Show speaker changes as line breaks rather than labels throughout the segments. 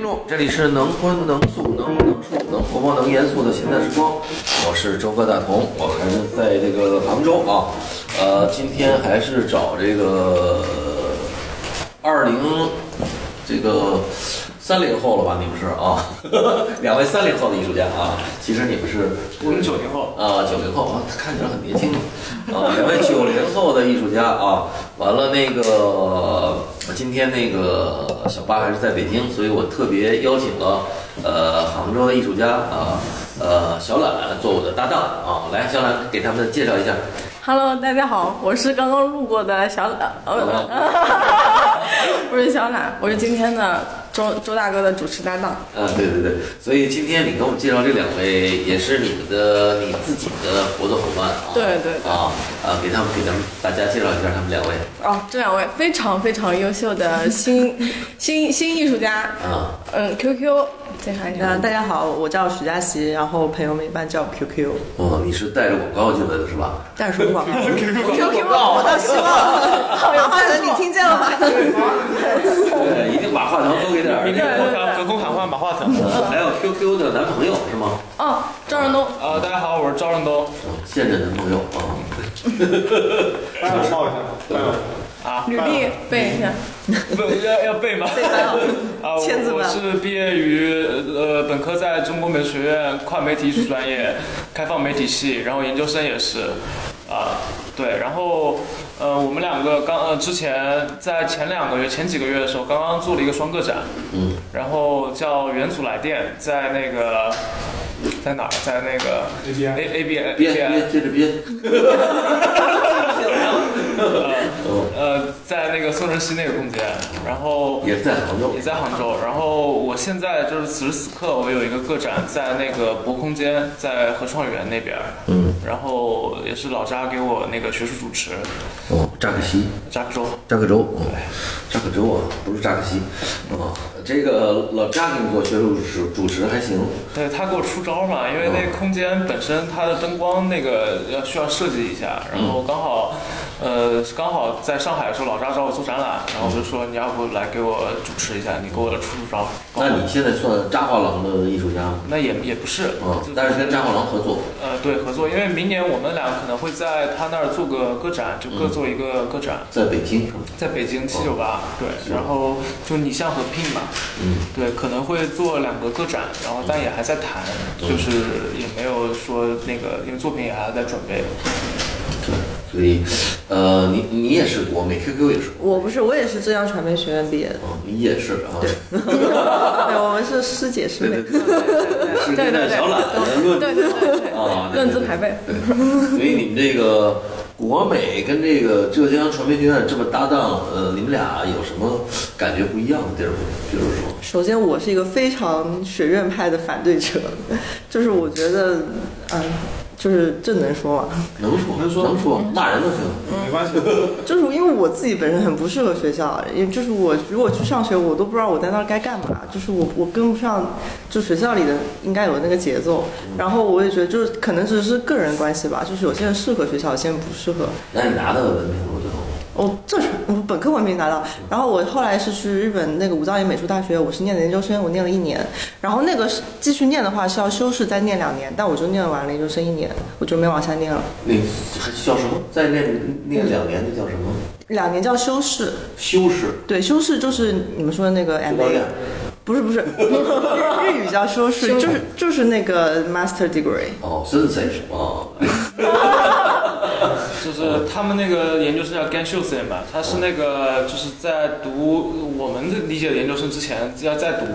众，这里是能荤能素能能术能活泼能严肃的闲谈时光，我是周哥大同，我还是在这个杭州啊，呃，今天还是找这个二零这个三零后了吧？你们是啊， 两位三零后的艺术家啊，其实你们是
我们九零后，
啊，九零后啊，他看起来很年轻啊，两位九零后的艺术家啊。完了，那个今天那个小八还是在北京，所以我特别邀请了呃杭州的艺术家啊，呃小懒做我的搭档啊。来，小懒给他们介绍一下。
Hello，大家好，我是刚刚路过的小懒，呃， 不是小懒，我是今天的周周大哥的主持搭档。
啊，对对对，所以今天你给我们介绍这两位，也是你们的你自己的合作伙伴啊。
对对对
啊啊，给他们给咱们大家介绍一下他们两位
哦，这两位非常非常优秀的新 新新艺术家，
啊。
嗯，QQ 介绍一下
嗯，，大家好，我叫许佳琪，然后朋友们一般叫我 QQ，
哦，你是带着广告进来的是 吧？
但是什么广告？
QQ
我倒希 望，好有汉啊你听见了吗？
对，一定把话筒都给点儿。
明天我
对对
想隔空喊话马化腾。
还有 QQ 的男朋友是吗？
哦，赵振东，
啊，大家好，我是赵振东
哦现任男朋友啊，
大家报一下，大家
啊，
履历背一下，
不要要背吗？ 啊，
千字
我
文
我是毕业于呃本科在中国美术学院跨媒体艺术专业，开放媒体系，然后研究生也是，啊，对，然后呃我们两个刚呃之前在前两个月前几个月的时候刚刚做了一个双个展，
嗯，
然后叫元祖来电，在那个在哪儿？在那个
ABI
A A B A
别
B
啊
I
别接着别。哦，
呃，在那个宋仁熙那个空间，然后
也在杭州
也。在杭州。然后我现在就是此时此刻，我有一个个展在那个博空间，在合创园那边。
嗯，
然后也是老扎给我那个学术主持，
哦，扎克西，
扎克周。
扎克周，哦，扎克周啊，不是扎克西。哦，这个老扎给你做学术主主持还行。
对他给我出招嘛，因为那个空间本身它的灯光那个要需要设计一下，然后刚好，呃，刚好在上海的时候，老扎找我做展览，然后我就说你要不来给我主持一下，你给我出出招。
那你现在算扎画廊的艺术家吗？
那也也不是，
啊
就，
但是跟扎画廊合作。
呃，对，合作，因为明年我们俩可能会在他那儿做个个展，就各做一个个展，
在北京是吗？
在北京七九八，对，然后就你像和聘嘛，
嗯，
对，可能会做两个个展，然后但也还在谈，就是也没有说那个，因为作品也还在准备，
对。所以，呃，你你也是国美，QQ 也是，
我不是，我也是浙江传媒学院毕业的，
哦，你也是啊。
对，我们是师姐师
对
妹
对。对对，是跟
对对
那
对，
小懒的论
对对对对
啊，
论资排辈。
对，所以你们这个国美跟这个浙江传媒学院这么搭档，呃，你们俩有什么感觉不一样的地儿吗？比如说，
首先，我是一个非常学院派的反对者，就是我觉得，嗯，就是这能说吗？
能说能说能说，骂人都行。
没关系，
就是因为我自己本身很不适合学校，也就是我如果去上学，我都不知道我在那儿该干嘛，就是我我跟不上，就学校里的应该有那个节奏。
嗯
然后我也觉得，就是可能只是个人关系吧，就是有些人适合学校，有些人不适合。
那你拿到的文凭我最后，
我这是我本科文凭拿到，然后我后来是去日本那个武藏野美术大学，我是念的研究生，我念了一年，然后那个是继续念的话是要修饰再念两年，但我就念完了研究生一年，我就没往下念了，
那叫什么？再念念两年，那叫什么？
两年叫修饰。
修饰。
对，修饰就是你们说的那个
修道
MA，
院
不是不是， 日日语叫修饰，就是就是那个 master degree。
哦，哎真是什么？
就是他们那个研究生叫 Gan s h u s e n 吧，他是那个就是在读我们的理解的研究生之前要再读，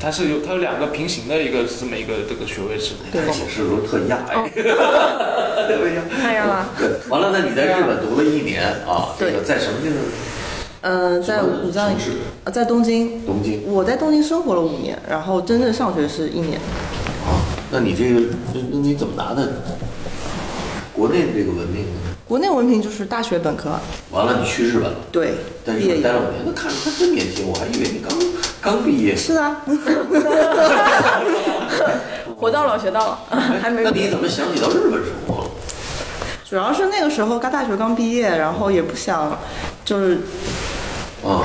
他是有他有两个平行的一个这么一个这个学位 制度，
那解释的时候特压
哦
哎。
看见了，
对，完了，那你在日本读了一年啊？这个在什么地方？
呃，在武藏
什么城市，
呃在东京，
东京。
我在东京生活了五年，然后真正上学是一年。
啊，那你这个，那那你怎么拿的？国内的这个文凭呢？
国内文凭就是大学本科，
完了，你去日本了，
对，
在日
毕业
本
以
待
后
了五年，那看着他真年轻，我还以为你刚刚毕 业。
是啊，
活到老学到老， 还没
哎那你怎么想起到日本生活了？
主要是那个时候刚大学刚毕业，然后也不想，就是
啊，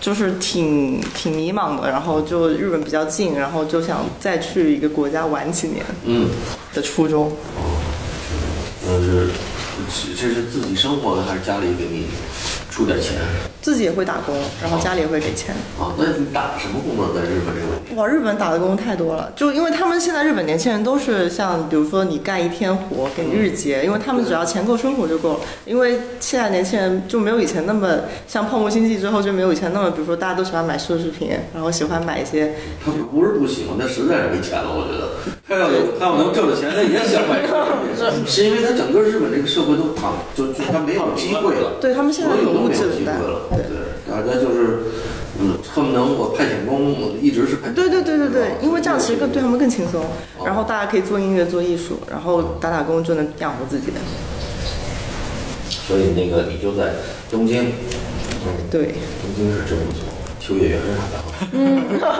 就是挺挺迷茫的，然后就日本比较近，然后就想再去一个国家玩几年
嗯，
的初衷。
那呃是这这是自己生活的，还是家里给你出点钱
自己也会打工，然后家里也会给钱。
啊？那你打什么工啊呢？在日本这个
哇，日本打的工太多了，就因为他们现在日本年轻人都是像，比如说你干一天活给你日结，因为他们只要钱够生活就够了。因为现在年轻人就没有以前那么像泡沫经济之后就没有以前那么，比如说大家都喜欢买奢侈品，然后喜欢买一些
他们不是不喜欢，他实在是没钱了。我觉得他要有，他要能挣着钱，他也想买奢侈品，是因为他整个日本这个社会都躺，就就他没有机会了，
对他们现在
所有
很
都
物
没有
质
机会
冷淡
了。对，大家就是，嗯，恨不能我派遣工，我一直是派遣工。
对对对对对，
哦
因为这样其实更对他
们。
们更轻松，然后大家可以做音乐、做艺术，然后打打工就能养活自己的。
所以那个你就在东京，嗯，
对，
东京是真不错，秋叶原是啥的。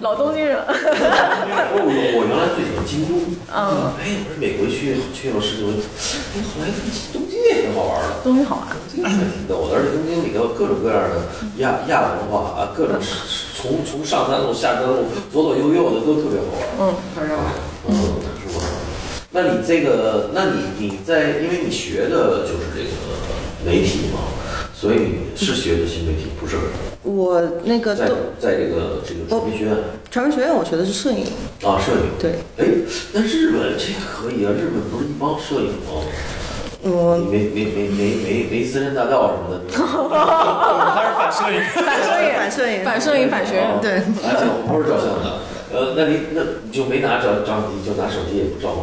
老东京人，
我我我原来最喜欢京都，嗯，哎，我是每回去去了十几回，哎，后来东京也挺好玩的。
东京好玩。
这个还挺逗的，而且东京里头各种各样的亚亚文化啊，各种从从上山路下山路左左右右的都特别好玩。嗯，嗯，是吧？那你这个，那你你在，因为你学的就是这个媒体嘛，所以你是学的新媒体，不是
我那个
在
都
在这个这个传媒学院
传媒学院我学的是摄影，
啊，摄影。
对，
哎，那日本这个可以啊，日本不是一帮摄影吗？
嗯，
没没没没没没私人大盗什么的。
他是反摄影。
反摄影，反 摄影，
反哦摄影反学院，
对。
而且啊我不是照相的。呃，那你那你就没拿照照相机，就拿手机也不照吗？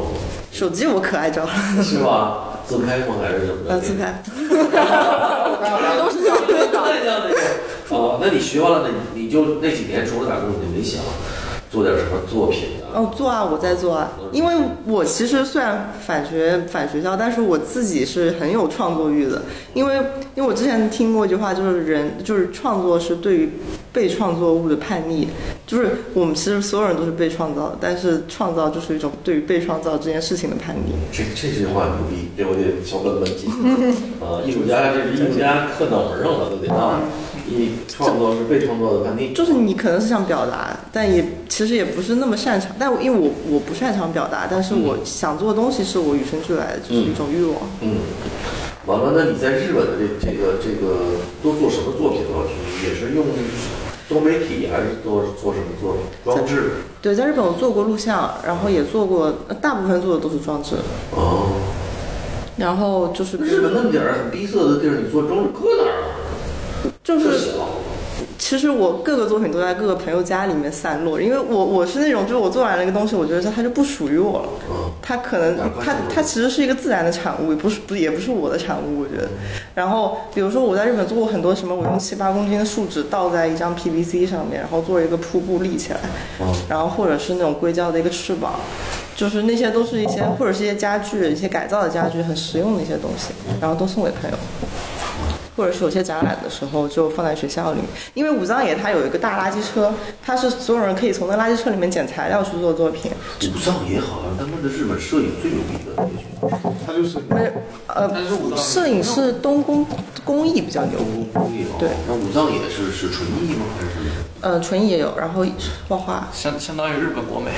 手机我可爱照了，
是吧？自拍吗？还是什么？
呃，自。 拍。
都是这样的
那那哦，那你学完了，那你就那几年除了打工，你就没想做点什么作品啊？
哦，做啊，我在做啊，因为我其实虽然反学反学校，但是我自己是很有创作欲的，因为因为我之前听过一句话，就是人就是创作是对于被创作物的叛逆，就是我们其实所有人都是被创造的，但是创造就是一种对于被创造这件事情的叛逆。
这这句话牛逼，这我得小本本记。 啊，艺术家这是艺术家刻脑门上了，都得啊。你创作是被创作的叛逆，
嗯就是你可能是想表达，但也其实也不是那么擅长。但我因为我我不擅长表达，但是我想做的东西是我与生俱来的，就是一种欲望。
嗯，完了，那你在日本的这这个这个都做什么作品了？也是用多媒体还是做做什么作品？装置？
对，在日本我做过录像，然后也做过，呃大部分做的都是装置，
哦，
然后就是
日本那么点儿很逼仄的地儿，你做装置搁哪儿啊？
就
这
是
小。啊
其实我各个作品都在各个朋友家里面散落，因为我我是那种就是我做完了一个东西，我觉得它它就不属于我了，
嗯
它可能
哪块
它
属于
它其实是一个自然的产物，也不是不也不是我的产物，我觉得。然后比如说我在日本做过很多什么，我用七八公斤的树脂倒在一张 PVC 上面，然后做一个瀑布立起来，然后或者是那种硅胶的一个翅膀，就是那些都是一些或者是一些家具，一些改造的家具，很实用的一些东西，然后都送给朋友。或者是有些展览的时候就放在学校里面，因为武藏野它有一个大垃圾车，它是所有人可以从那垃圾车里面捡材料去做作品。
武藏野好像他妈的日本摄影最牛逼的，也许
他就是
没，呃
它是武藏，野
摄影是东宫工艺比较牛，
工工艺啊。
对
那武藏野是是纯艺吗？还是什么？
呃，纯艺也有，然后画画。
相相当于日本国美，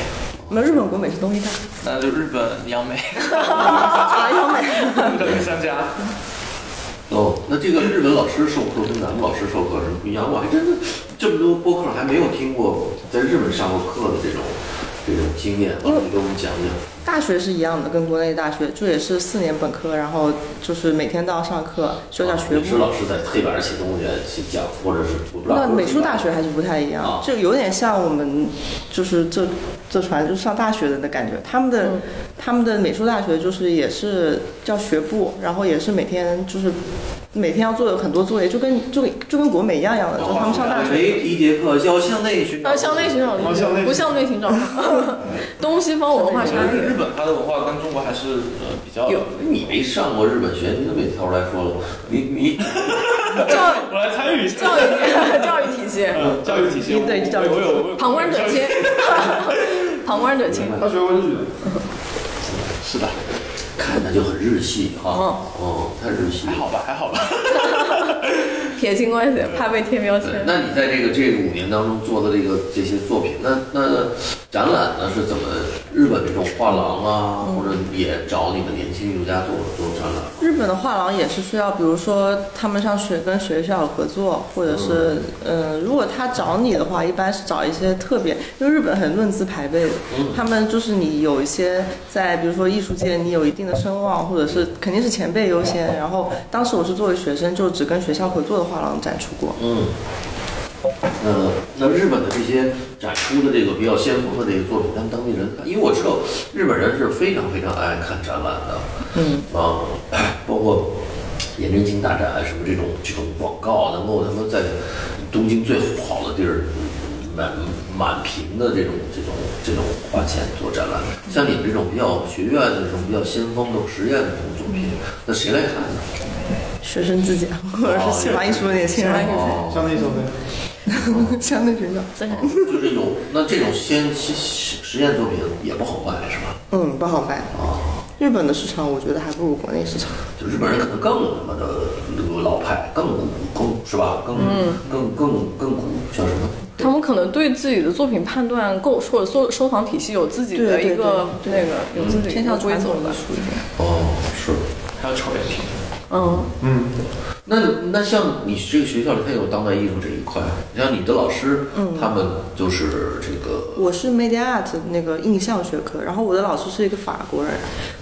我们日本国美是东艺大，
那就日本央 美，
啊，央美。
等于三 家。
哦，那这个日本老师授课跟咱们老师授课是不一样，我还真的这么多播客还没有听过在日本上过课的这种这种经验啊，
因为
你给我们讲讲。
大学是一样的，跟国内大学就也是四年本科，然后就是每天都要上课，修一下学
美术
部。
老师在黑板上写东西写讲，或者是我不知道。
那美术大学还是不太一
啊
样，就有点像我们就是浙浙传就上大学的那感觉。他们的、他们的美术大学就是也是叫学部，然后也是每天就是每天要做很多作业，就跟就跟就跟国美一样一样的，就是他们上大学。啊
没第一节课要向内寻找。
呃，向内寻找
哦向内
不向内寻找， 东西方文化差
日
异。
本它的文化跟中国还是呃比较。
有哎你没上过日本学，你怎么也跳出来说了？你 你
教
我来参与一下。
教育 教育体系，
嗯，教育体系，我
对教育体系
我有我有
旁观者清， 旁观者清。
他学过日语的，
是的，
嗯
看他就很日系哈。哦，他日系。
还好吧，还好吧。
撇清关系，怕被贴标签
对。，那你在这个这个五年当中做的这个这些作品，那那展览呢是怎么？日本这种画廊啊，或者也找你们年轻艺术家做做展览？
日本的画廊也是需要，比如说他们上学跟学校有合作，或者是嗯、呃如果他找你的话，一般是找一些特别，因为日本很论资排辈的，他们就是你有一些在比如说艺术界你有一定的声望，或者是肯定是前辈优先。然后当时我是作为学生，就只跟学校合作的画廊展出过。
嗯，呃，那日本的这些展出的这个比较先锋的这个作品，他们当地人看，因为我知道日本人是非常非常爱看展览的，嗯，啊，包括盐真町大展什么这种这种广告，啊能够他们在东京最好的地儿满满屏的这种这种这种花钱做展览，像你们这种比较学院的这种比较先锋的实验的这种作品，那谁来看呢？
学生自己啊，或者是喜欢艺术的年轻人，
哦
相当于消费。
相对学校，
真是
就是有那这种先实实实验作品也不好卖是吧？
嗯，不好卖。
啊，
日本的市场我觉得还不如国内市场。
就日本人可能更他妈的老派，更古更是吧？更、更更更古叫什么？
他们可能对自己的作品判断、购或者收收藏体系有自己的
对对
一个那
对
个有自己的
偏
一个
向
规
传
则
统
吧
艺。术一点。
哦，是。
还有超扁平。
嗯，
嗯，
那那像你这个学校里，它有当代艺术这一块，像你的老师，他们就是这个
我是 Media Art 那个印象学科，然后我的老师是一个法国人，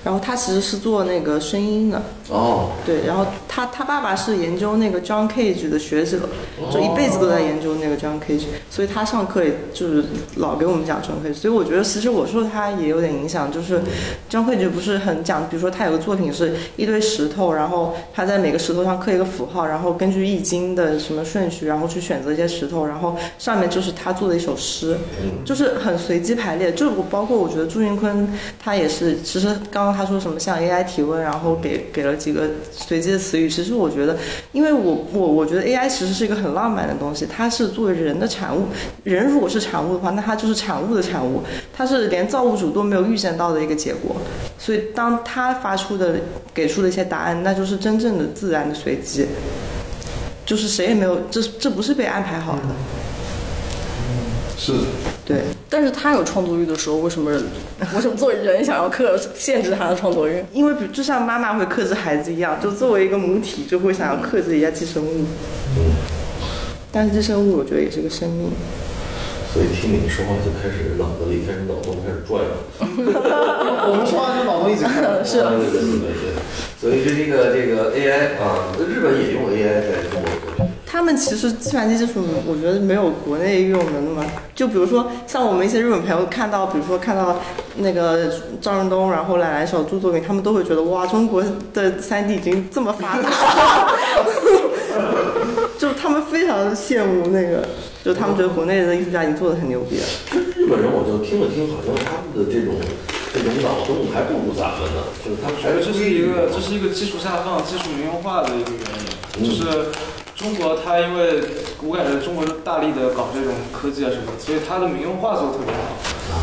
然后他其实是做那个声音的，
哦，
对，然后他他爸爸是研究那个 John Cage 的学者，就一辈子都在研究那个 John Cage，所以他上课也就是老给我们讲 John Cage，所以我觉得其实我受他也有点影响，就是 John Cage 不是很讲，比如说他有个作品是一堆石头，然后他在每个石头上刻一个符号，然后根据易经的什么顺序，然后去选择一些石头，然后上面就是他做的一首诗，就是很随机排列。就我包括我觉得朱云坤他也是，其实刚刚他说什么像 AI 提问，然后给给了几个随机的词语。其实我觉得，因为我我我觉得 AI 其实是一个很浪漫的东西，它是作为人的产物。人如果是产物的话，那它就是产物的产物，它是连造物主都没有预见到的一个结果。所以当他发出的给出的一些答案，那就是真正的自然的随机。就是谁也没有，这这不是被安排好的，
是
对。
但是他有创作欲的时候，为什么人 为什么作为人想要克限制他的创作欲？
因为比就像妈妈会克制孩子一样，就作为一个母体，就会想要克制一下寄生物。但是寄生物，我觉得也是个生命。
所以听你说话就开始脑子里开始脑洞开始转了。
我们说话就脑洞一直开。
是，对对对对，所以是这个这个 AI 啊，日本也用 AI 在做作品。
他们其实计算机技术，我觉得没有国内用的那么。就比如说，像我们一些日本朋友看到，比如说看到那个赵润东，然后来来小猪作品，他们都会觉得哇，中国的三 D 已经这么发达了， 就他们非常羡慕那个，就他们觉得国内的艺术家已经做的很牛逼了。
这日本人我就听了听，好像他们的这种这种脑洞还不如咱们呢，就是他们
觉
还
得哎这是一个这
是
是一个技术下放、技术民用化的一个原因，就是中国它因为我感觉中国大力的搞这种科技啊什么，所以它的民用化做得特别好，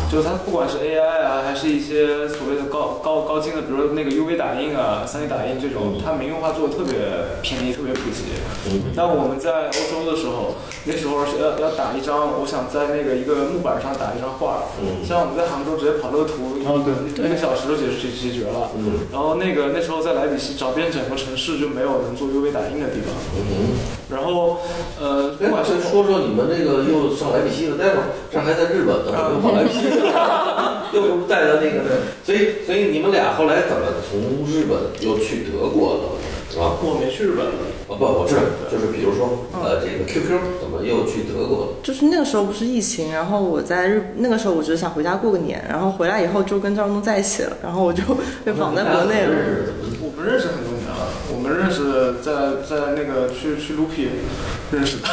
就是它不管是 AI 啊，还是一些所谓的高高高精的，比如说那个 UV 打印啊、3D 打印这种，它民用化做的特别便宜、特别普及。
嗯
但我们在欧洲的时候，那时候是要要打一张，我想在那个一个木板上打一张画，
嗯
像我们在杭州直接跑那个图，
哦对
一个小时就解决解决了。
嗯
然后那个那时候在莱比锡找遍整个城市就没有能做 UV 打印的地方。
嗯。
然后呃，不
哎，
管
晚
是
上说说你们这个又上莱比锡了，待会儿这还在日本呢，又跑莱比锡 了，又不带到那个，所以所以你们俩后来怎么从日本又去德国了啊？
我没去日本，
啊不，我知道，就是比如说
嗯
呃，这个 QQ 怎么又去德国了？
就是那个时候不是疫情，然后我在日那个时候我只是想回家过个年，然后回来以后就跟赵东在一起了，然后我就被绑在国内了。
我们认识很多年了，我们认识在在那个去去 Lupi 认识的，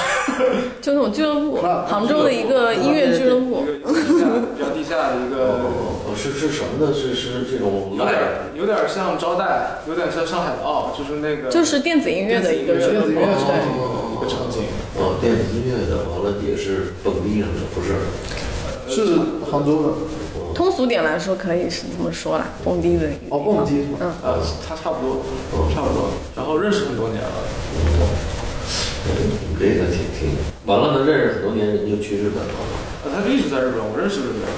就那种俱乐部
那，
杭州的一个音乐俱乐
一
部
个，地下比较地下的一个。
哦，是是什么呢？是是这种
有点有点像招待，有点像上海的奥，就是那个
就是电子音乐的一个人
电子音乐场景
哦
一个场景。
哦，电子音乐的，完了也是蹦迪什么的，不是？
呃
是杭州的，
通俗点来说，可以是这么说啦，蹦迪的一个地
哦，
方。
蹦迪是吧？
哦呃，差差不多，差不多。然后认识很多年了，
嗯这个挺挺完了，能认识很多年人就去日本了。
呃他就一直在日本，我认识日本人，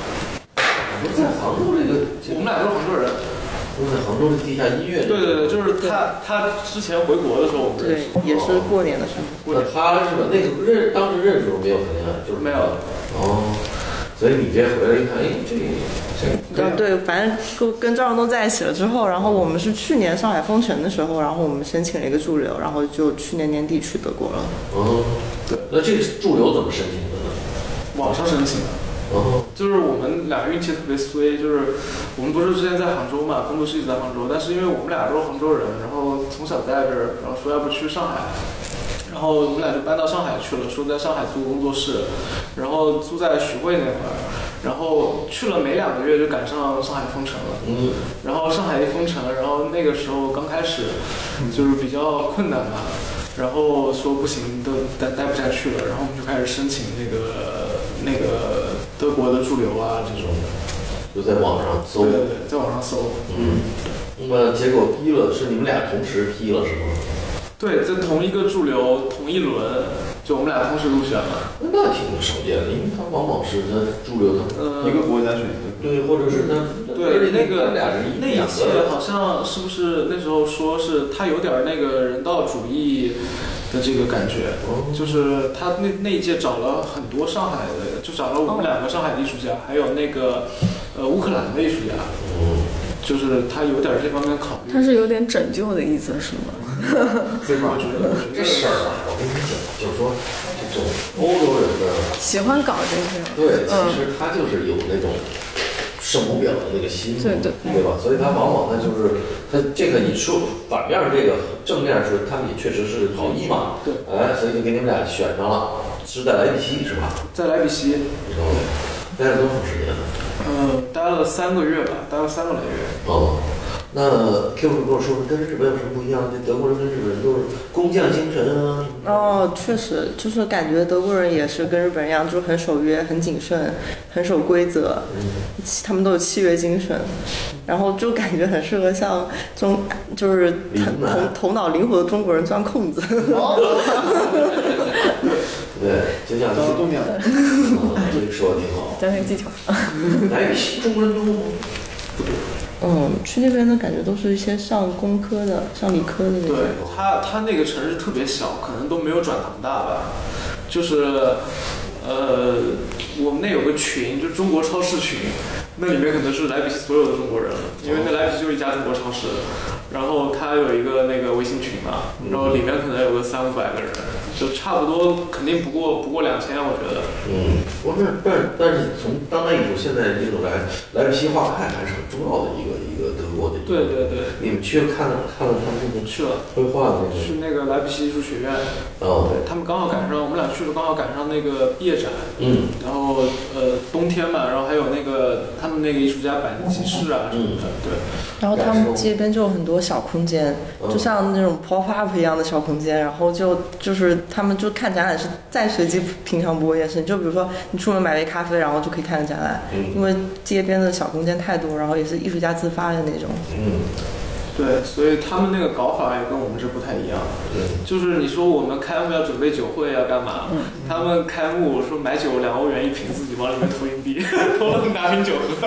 不是在杭州这个，这
我
个
们俩都是杭州人。
不是在杭州的地下音乐。
对对对，就是他他之前回国的时候我们认
对
识，，
也是过年的时候。
那
过年
他日本那个认当时认识时候没有谈恋爱，就是
没有
哦。所以你这回来一看，哎，这这
对对，反正跟跟赵荣东在一起了之后，然后我们是去年上海封城的时候，然后我们申请了一个驻留，然后就去年年底去德国了。
哦，对，那这个驻留怎么申请的呢？
网上申请的。
哦，
就是我们俩运气特别衰，就是我们不是之前在杭州嘛，工作室一直在杭州，但是因为我们俩都是杭州人，然后从小在这儿，然后说要不去上海，然后我们俩就搬到上海去了，说在上海租工作室，然后租在徐汇那块儿，然后去了没两个月就赶上上海封城了。
嗯，
然后上海一封城，然后那个时候刚开始就是比较困难嘛，然后说不行，都待待不下去了，然后我们就开始申请那个那个德国的驻留啊这种，
就在网上搜
对。对对，在网上搜，
嗯，那么结果批了，是你们俩同时批了是吗？
对，在同一个驻留同一轮，就我们俩同时入选了，
那挺少见的，因为他往往是他驻留他，
呃，
一个国家选一个。
对，或者是他，
对那
他
个
们俩是一
那一
两
届
个人
好像是不是那时候说是他有点儿那个人道主义的这个感觉。
哦
就是他那那一届找了很多上海的，就找了我们两个上海的艺术家，还有那个呃乌克兰的艺术家，就是他有点这方面考虑。
他是有点拯救的意思是吗？
对我觉得，我觉
这
得
事儿啊，我跟你讲，就是说这种欧洲人呢，
喜欢搞这
对，
些，
其
嗯，
实他就是有那种圣母婊的那个心，
对对
对吧？所以他往往他就是他这个你说反面儿这个正面儿是他们也确实是好意嘛，
对，
哎，所以就给你们俩选上了，是在莱比锡是吧？
在莱比锡，
哦，待了多长时间呢？
嗯，待了三个月吧，待了三个来月。
哦，那 Q 跟我说说跟日本有什么不一样？这德国人跟日本人都是工匠精神啊，
哦，确实，就是感觉德国人也是跟日本人一样，就是很守约、很谨慎、很守规则，他们都有契约精神，然后就感觉很适合像中，就是
灵啊
很
感
头头脑灵活的中国人钻空子。
对，就像
当时重点，
嗯这个说的挺好。
交心技巧。
莱比锡中国人多吗？
嗯，去那边的感觉都是一些上工科的、上理科的那种
对。他，他那个城市特别小，可能都没有转塘大吧，就是。呃，我们那有个群，就中国超市群，那里面可能是莱比锡所有的中国人了，因为那莱比锡就是一家中国超市，然后它有一个那个微信群嘛，然后里面可能有个三五百个人，就差不多，肯定不过不过两千，啊我觉得。
嗯，我说但但是从当代艺术现在这种来莱比锡画派还是很重要的一个一个德国的一个。
对对对，
你们去看了看了他们那个
去了
绘画的那
去
个，
那个莱比锡艺术学院，
哦，
对他们刚好赶上，我们俩去了刚好赶上那个毕业展，
嗯
然后呃冬天嘛，然后还有那个他们那个艺术家摆的集市啊什么的，对，
然后他们街边就有很多小空间，
嗯
就像那种 pop up 一样的小空间，然后就就是他们就看展览是再随机平常不会夜深，就比如说你出门买杯咖啡，然后就可以看个展览，
嗯
因为街边的小空间太多，然后也是艺术家自发的那种。
嗯
对，所以他们那个搞法也跟我们这不太一样，
嗯，
就是你说我们开幕要准备酒会要干嘛，他们开幕说买酒两欧元一瓶，自己往里面投硬币， 投了拿瓶酒喝，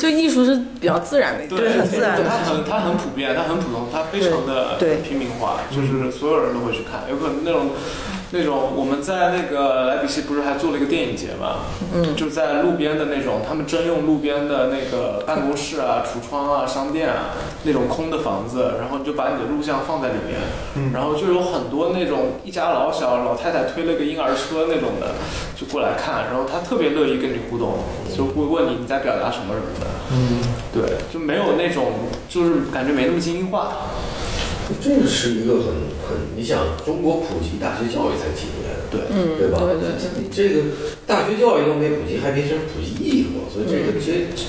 就艺术是比较自然的一件
对
事
很自然
对它很它很普遍，它很普通，它非常的
对对嗯
平民化，就是所有人都会去看，有可能那种。那种我们在那个莱比锡不是还做了一个电影节嘛，嗯，就在路边的那种，他们征用路边的那个办公室啊、橱窗啊、商店啊那种空的房子，然后你就把你的录像放在里面，嗯，然后就有很多那种一家老小老太太推了个婴儿车那种的，就过来看，然后他特别乐意跟你互动，就会问你你在表达什么什么的，对，就没有那种，就是感觉没那么精英化。
这个是一个很很，你想中国普及大学教育才几年，对对吧？
嗯对对
你这个大学教育都没普及，还别说普及艺术，所以这个这
嗯
这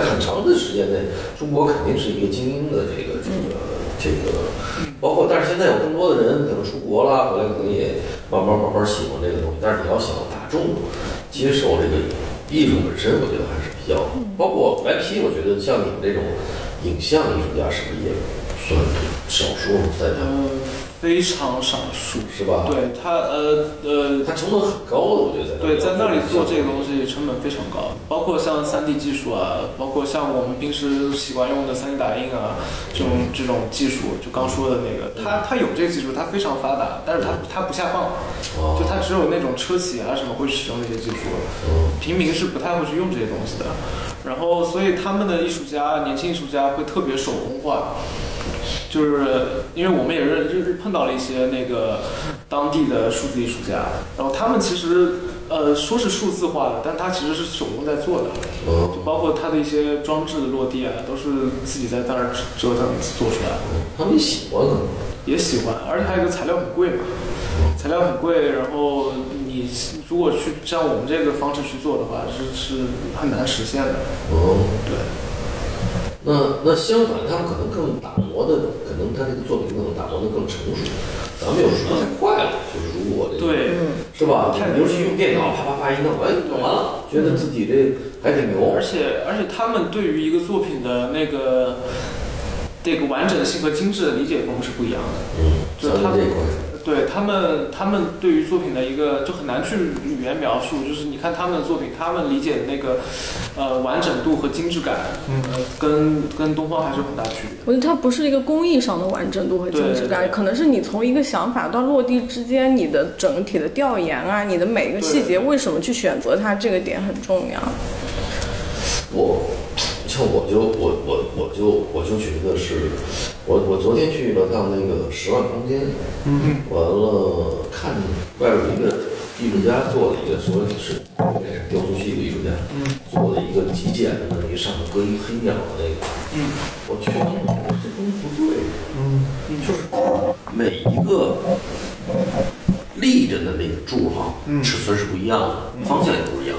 在很长的时间内，中国肯定是一个精英的这个这个这个，
嗯
包括但是现在有更多的人可能出国啦，回来可能也慢慢慢慢喜欢这个东西，但是你要想大众接受这个艺术本身，我觉得还是比较，
嗯
包括来皮，我觉得像你们这种影像艺术家，是不是也算少数在这？
嗯，啊非常少数，
是吧？，
对他呃呃，
它成本很高的，我觉得在
对，在那里做这个东
西，
西成本非常高，包括像 3D 技术啊，包括像我们平时习惯用的 3D 打印啊，这种这种技术，就刚说的那个，它它有这个技术，它非常发达，但是它它不下放，
哦
就它只有那种车企啊什么会使用这些技术，
嗯
平民是不太会去用这些东西的。然后，所以他们的艺术家，年轻艺术家会特别手工化，就是因为我们也认认碰到了一些那个当地的数字艺术家，然后他们其实呃说是数字化的，但它其实是手工在做的，就
嗯，
包括它的一些装置的落地啊，都是自己在那儿折腾做出来的。
他们喜欢可能，
也喜欢，而且还有一个材料很贵嘛，材料很贵，然后你如果去像我们这个方式去做的话，是是很难实现的。
嗯。
对，
那那相反，他们可能更打磨的，可能他这个作品可能打磨的更成熟。咱们有时候太快了，就是如果这个
嗯对，
是吧？
太嗯
尤其用电脑啪啪啪一弄，哎，弄完了，觉得自己这还挺牛
而。且而且他们对于一个作品的那个这个完整性和精致的理解方式不一样
嗯，
的。就
咱
是他
们
们
这一块，
对他们，他们对于作品的一个就很难去语言描述，就是你看他们的作品，他们理解的那个呃完整度和精致感，呃跟跟东方还是有很大区别。
我觉得它不是一个工艺上的完整度和精致
对对
感，
对
可能是你从一个想法到落地之间，你的整体的调研啊，你的每一个细节为什么去选择它，这个点很重要。
我像我就我我我就我就觉得是，我我昨天去了趟那个十万空间，嗯，完了看外边一个艺术家做了一个，说是那是雕塑系的艺术家，嗯，做了一个极简的那么一个上面搁一黑鸟的那个，嗯，我去，这东西不对，嗯，就是每一个立着的那个柱哈，尺寸是不一样的，方向也不一样，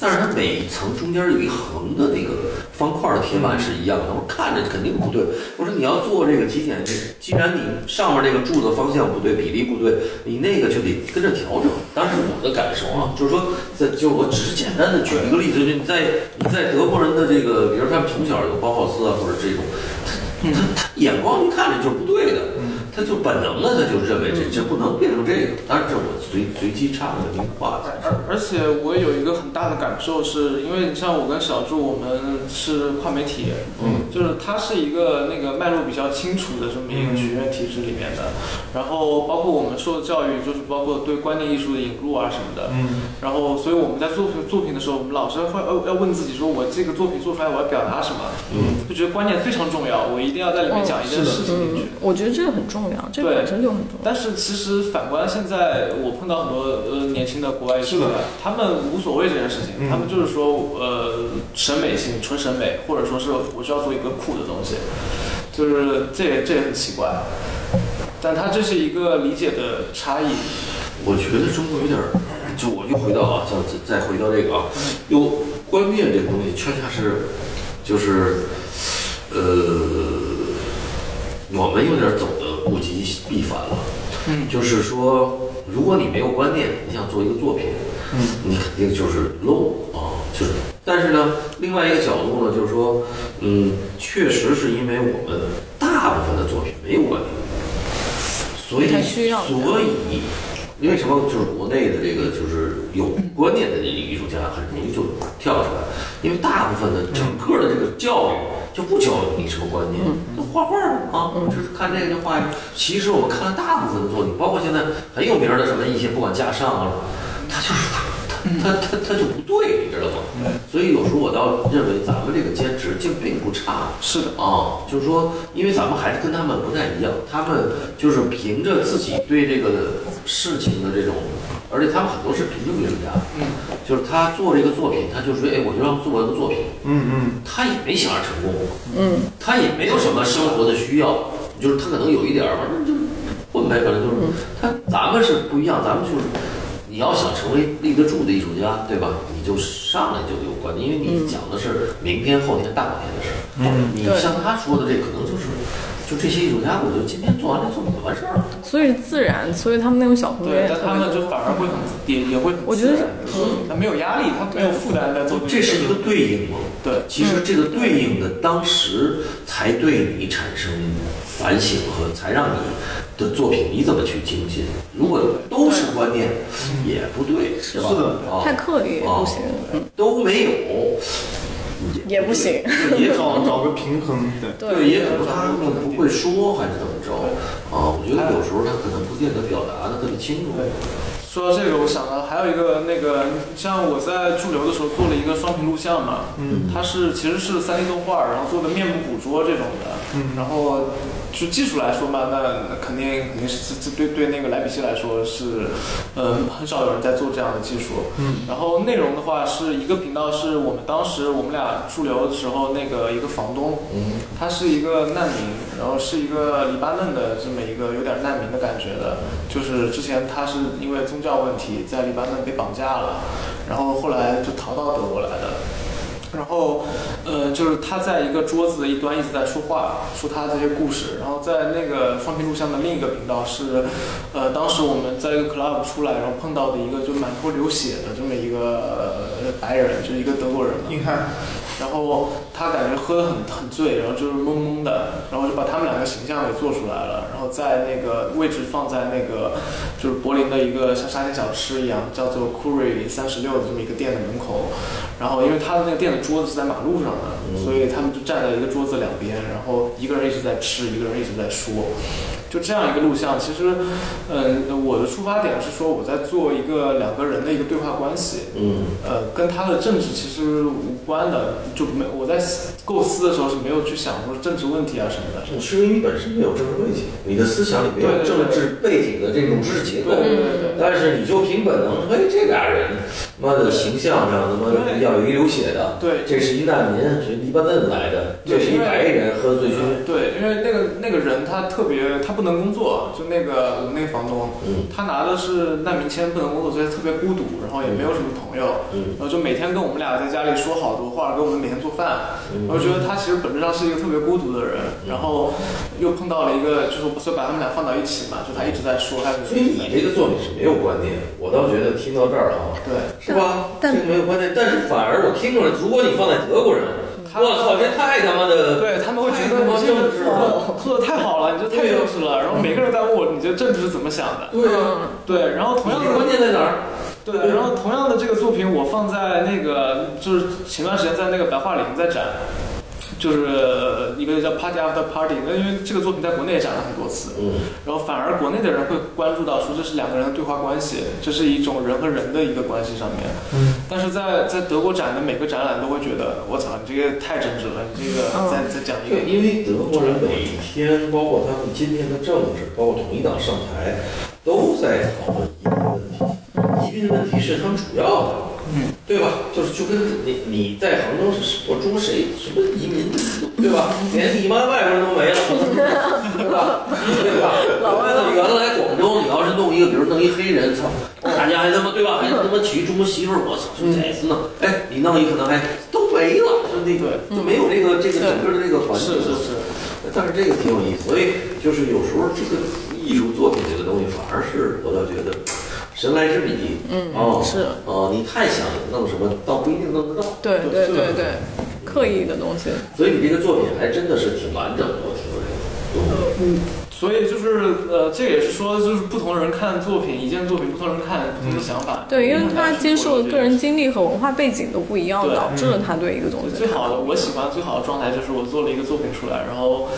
但是它每一层中间有一横的那个方块的铁板是一样的，我看着肯定不对。我说你要做这个极简，既然你上面这个柱子方向不对，比例不对，你那个就得跟着调整。当时我的感受啊，就是说，在就我只是简单的举一个例子，就是你在你在德国人的这个，比如他们从小有包浩斯啊，或者这种，他他他 眼光一看着就是不对的。他就本能的，他就认为这这不能变成这个。当然，这我随随机插的一句话，
而而且我有一个很大的感受是，因为你像我跟小柱，我们是跨媒体，嗯，就是它是一个那个脉络比较清楚的这么一个学院体制里面的，然后包括我们受的教育，就是包括对观念艺术的引入啊什么的，嗯，然后所以我们在作品作品的时候，我们老是会呃要问自己说，我这个作品做出来我要表达什么，嗯，就觉得观念非常重要，我一定要在里面讲一件事情进去。
嗯我觉得这个很重要，这个
对
本身就很重要。
但是其实反观现在，我碰到很多呃年轻的国外艺术
是
家
的，
他们无所谓这件事情，
嗯
他们就是说呃审美性纯审美，或者说是我需要做一个酷的东西，就是这也这也很奇怪，但他这是一个理解的差异，
我觉得中国有点儿，就我又回到啊，再再再回到这个啊，又观念这个东西，恰恰是就是呃，我们有点儿走的物极必反了。嗯，就是说，如果你没有观念，你想做一个作品，嗯，你肯定就是 low 啊，就是。但是呢，另外一个角度呢，就是说，嗯，确实是因为我们大部分的作品没有观念。所以
不太需要
所以，因为什么？就是国内的这个就是有观念的这个艺术家很容易就跳出来，因为大部分的整个的这个教育就不教你什么观念，
嗯
就画画啊，就是看这个就画一个。其实我们看了大部分的作品，包括现在很有名的什么一些不管架上啊，他就是他他他他就不对，你知道
嗯
吗？所以有时候我倒认为咱们这个兼职就并不差。
是的。
啊，就是说，因为咱们还是跟他们不太一样，他们就是凭着自己对这个事情的这种，而且他们很多是平庸艺术家，嗯，就是他做这个作品，他就说，哎，我就要做一个作品，
嗯
他也没想着成功，嗯，他也没有什么生活的需要，就是他可能有一点儿，反正就混呗，反正就是他咱们是不一样，咱们就是你要想成为立得住的艺术家，对吧？你就上来就有观点，因为你讲的是明天、后天、大后天的事儿，嗯，你
对
像他说的这可能就是。就这些艺术家，我就今天做完这作品就完事儿了。
所以自然，所以他们那种小朋友
对
也，
但
特
他
别
们
多
就反而会很也也会很自然，
我觉得是
他没有压力，他没有负担在做
这是一个对应吗？
对
其实这个对应的当时才对你产生反省和才让你的作品，你怎么去精进？如果都是观念，也不对，是吧？
是的
啊
太刻意也不行，
啊都没有
也不行。
对也
找找个平衡，对，
对，也可能他们不会说，还是怎么着啊？我觉得有时候他可能不见得表达的特别清楚。
说到这个，我想到还有一个那个，像我在驻留的时候做了一个双屏录像嘛，嗯，它是其实是三 D 动画，然后做的面部捕捉这种的，嗯，然后就技术来说嘛，那那肯定肯定是这这对对那个莱比锡来说是，嗯，很少有人在做这样的技术，嗯，然后内容的话是一个频道是我们当时我们俩驻留的时候那个一个房东，
嗯，
他是一个难民，然后是一个黎巴嫩的这么一个有点难民的感觉的，就是之前他是因为宗教问题在黎巴嫩被绑架了，然后后来就逃到德国来的。然后，呃，就是他在一个桌子的一端一直在说话，说他这些故事。然后在那个双屏录像的另一个频道是，呃，当时我们在一个 club 出来，然后碰到的一个就满头流血的这么一个呃白人，就是一个德国人嘛。
硬汉，
然后他感觉喝得很很醉，然后就是懵懵的，然后就把他们两个形象给做出来了，然后在那个位置放在那个就是柏林的一个像沙县小吃一样叫做 Curry 三十六的这么一个店的门口，然后因为他的那个店的桌子是在马路上的，所以他们就站在一个桌子两边，然后一个人一直在吃，一个人一直在说。就这样一个录像，其实，嗯，我的出发点是说我在做一个两个人的一个对话关系，
嗯，
呃，跟他的政治其实无关的，就没我在构思的时候是没有去想说政治问题啊什么的。
是因为你本身没有政治背景，你的思想里没有
对对
政治背景的这种知识结构
对，对对
但是你就凭本能说，哎，这俩人，妈的形象上他妈的
对
要有一流血的，
对
这是一难民，是黎巴嫩来的，这
对
是一
因为
白人喝醉醺，
对，因为那个那个人他特别，他不能工作，就那个我们那个房东，
嗯
他拿的是难民签，不能工作，所以他特别孤独，然后也没有什么朋友，
嗯
然后就每天跟我们俩在家里说好多话，给我们每天做饭。
嗯
我觉得他其实本质上是一个特别孤独的人，然后又碰到了一个，就是我所以把他们俩放到一起嘛，就他一直在说，还有
所以你这个作品是没有观念，我倒觉得听到这儿哈，
对。
是吧？
但
这个没有观念，但是反而我听出来，如果你放在德国人，
他
我操，这太他妈的，
对他们会觉
太他
得
妈
你这
政
个
治了，
做的太好了，你这太正式 了。然后每个人在问我，你这政治是怎么想的？
对啊。
嗯
对，然后同样
你
的
关键在哪儿？
对，然后同样的这个作品，我放在那个就是前段时间在那个白桦林在展，就是呃一个叫 Party After Party，那因为这个作品在国内也展了很多次，
嗯，
然后反而国内的人会关注到说这是两个人的对话关系，这是一种人和人的一个关系上面。
嗯，
但是在在德国展的每个展览都会觉得，我操，你这个太政治了，你这个
嗯
再再讲一个
对，。因为德国人每天，包括他们今天的政治，包括统一党上台，都在讨论移民问题。移民问题是他们主要的，嗯，对吧？就是就跟你你在杭州是我中国谁什么移民，对 吧？连你妈外国人都没了，对吧？对吧？老外原来广州，你要是弄一个，比如弄一黑人，操，
嗯
大家还他妈对吧？还他妈娶一中国媳妇儿，我操，说这次呢，哎，你弄一可能还都没了，就那个就没有这个这个整个的这个环境
是
了。
是是，
但是这个挺有意思，所以就是有时候这个艺术作品这个东西，反而是我倒觉得神来之笔。嗯，哦，
是
哦，你太想弄什么，倒不一定弄得到。
对对
是
对对，刻意的东西。
所以你这个作品还真的是挺完整的，我听着。
所以就是呃，这也是说，就是不同人看作品，一件作品，不同人看不同的想法。
对，因
嗯
为他接受的
的
个人经历和文化背景都不一样，
对
导致了他对一个东
嗯
西
最
看
好
法
的，我喜欢最好的状态就是我做了一个作品出来，然后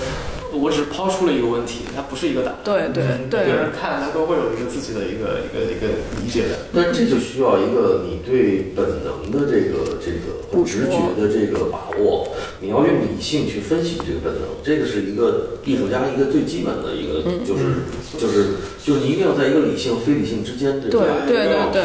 我只抛出了一个问题，它不是一个答案。嗯
对对
每个
对，
人看他都会有一个自己的一个一个一个理解的。
但这就需要一个你对本能的这个这个直觉的这个把握，你要用理性去分析这个本能，这个是一个艺术家一个最基本的一个，
嗯
就是就是就是你一定要在一个理性非理性之间的
对
这
对
个
对对，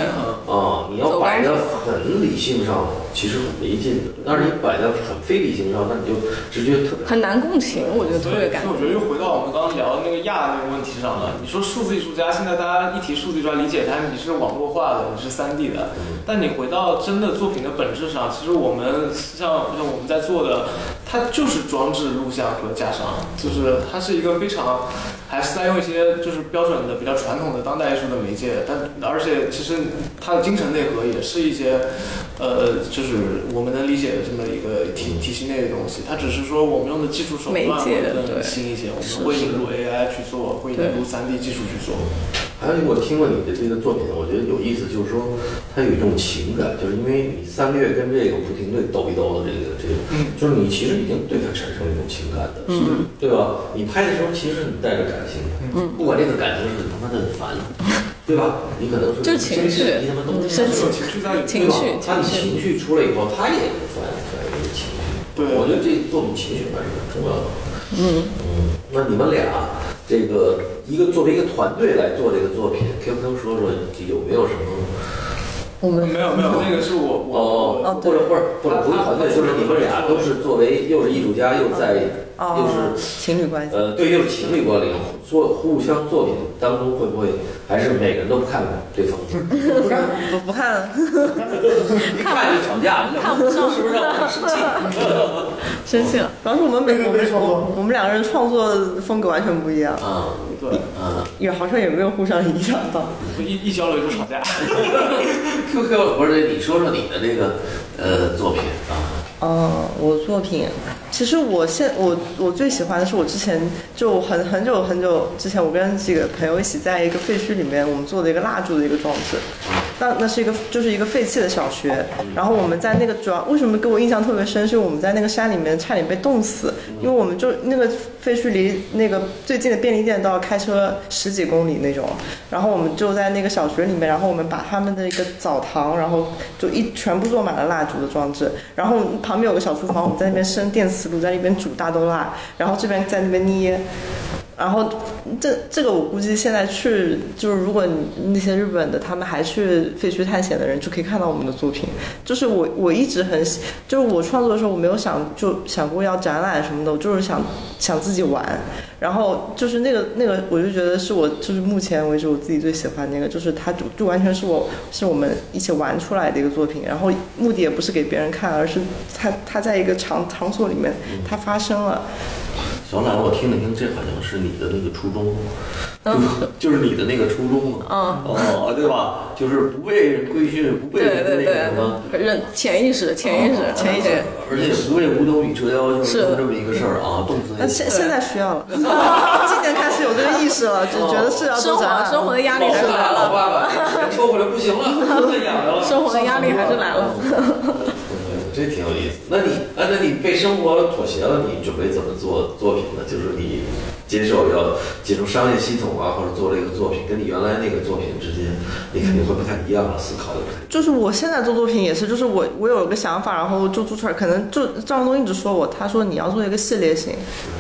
啊，你要摆在很理性上，其实很没劲的；但是你摆在很非理性上，那你就直接特别。
很难共情，我觉得
所
特别
以，
感
所以我觉得又回到我们刚刚聊的那个亚那个问题上了。你说数字艺术家，现在大家一提数字艺术家，理解它你是网络化的，你是三 D 的。但你回到真的作品的本质上，其实我们像像我们在做的，它就是装置、录像和加上，就是它是一个非常。还是在用一些就是标准的比较传统的当代艺术的媒介，但而且其实它的精神内核也是一些，呃，就是我们能理解的这么一个体体系内的东西。它只是说我们用的技术手段
媒介
会
对
更新一些，我
是
们会引入 AI 去做，会引
对
入 3D 技术去做。
还有一个我听过你的这个作品，我觉得有意思，就是说它有一种情感，就是因为你三月跟这个不停对斗一斗的这个这个，
嗯
就是你其实已经对它产生一种情感的，嗯，对吧？你拍的时候其实你带着感情的，嗯，不管这个感情是他妈的烦恼，对吧？你可能是
就是情绪嗯
你他妈都
生
有
气
情绪在里面。
情绪
他
情
你情绪
绪，
出来以后，他也有反反映的情绪。
对
我觉得这作品情绪还是很重要的。嗯那你们俩这个一个作为一个团队来做这个作品，可不可以说说有没有什么？
我们
没有没有，那个是我我我
哦，或者或者或者不是团队，就是你们俩都是作为又是艺术家，又在又
哦，
是
情侣关系，
呃对，又是情侣关系，做互相作品当中会不会还是每个人都不看对方？
不看不不看了，
一看就吵架，看不上是不是让我很生气？
生气了。
主要是我们每
没
我
没
们
创作
我们两个人创作风格完全不一样，
啊，
对
啊。
也好像也没有互相影响到。
一一交流就吵架。
QQ 不是你说说你的这个呃作品啊，
嗯，我作品，其实我现我我最喜欢的是我之前就很很久很久之前，我跟几个朋友一起在一个废墟里面，我们做的一个蜡烛的一个装置。那那是一个就是一个废弃的小学，然后我们在那个主要为什么给我印象特别深，是因为我们在那个山里面差点被冻死，因为我们就那个废墟离那个最近的便利店都要开车十几公里那种，然后我们就在那个小学里面，然后我们把他们的一个澡堂，然后就一全部做满了蜡烛的装置，然后旁边有个小厨房，我们在那边生电磁炉，在那边煮大豆蜡，然后这边在那边捏。然后这这个我估计现在去就是，如果你那些日本的他们还去废墟探险的人，就可以看到我们的作品。就是我我一直很喜，就是我创作的时候，我没有想就想过要展览什么的，我就是想想自己玩。然后就是那个那个，我就觉得是我就是目前为止我自己最喜欢那个，就是它就就完全是我是我们一起玩出来的一个作品。然后目的也不是给别人看，而是它它在一个场场所里面它发生了。
小懒，我听了听，这好像是你的那个初衷，
嗯
就是就是你的那个初衷嘛，哦，对吧？就是不被人规训，不被
对
人
对
那个
对
什么。，哦
认潜意识，潜意识，潜意识。
而且不为五斗米折腰，就是是这么一个事儿啊，动词
那
也
现现在需要了， 今年开始有这个意识了，就觉得
哦
是要
生
做展
活
览。
生活的压力还是
生
来
老
了，
爸爸，钱收回来不行了，太痒痒了。
生活的压力还是来了。
这挺有意思。那你，啊，那你被生活妥协了，你准备怎么做作品呢？就是你接受要进入商业系统啊，或者做这个作品，跟你原来那个作品之间，你肯定会不太一样了，思考的不太一样。
就是我现在做作品也是，就是我我有一个想法，然后就做出来。可能就张东一直说我，他说你要做一个系列性，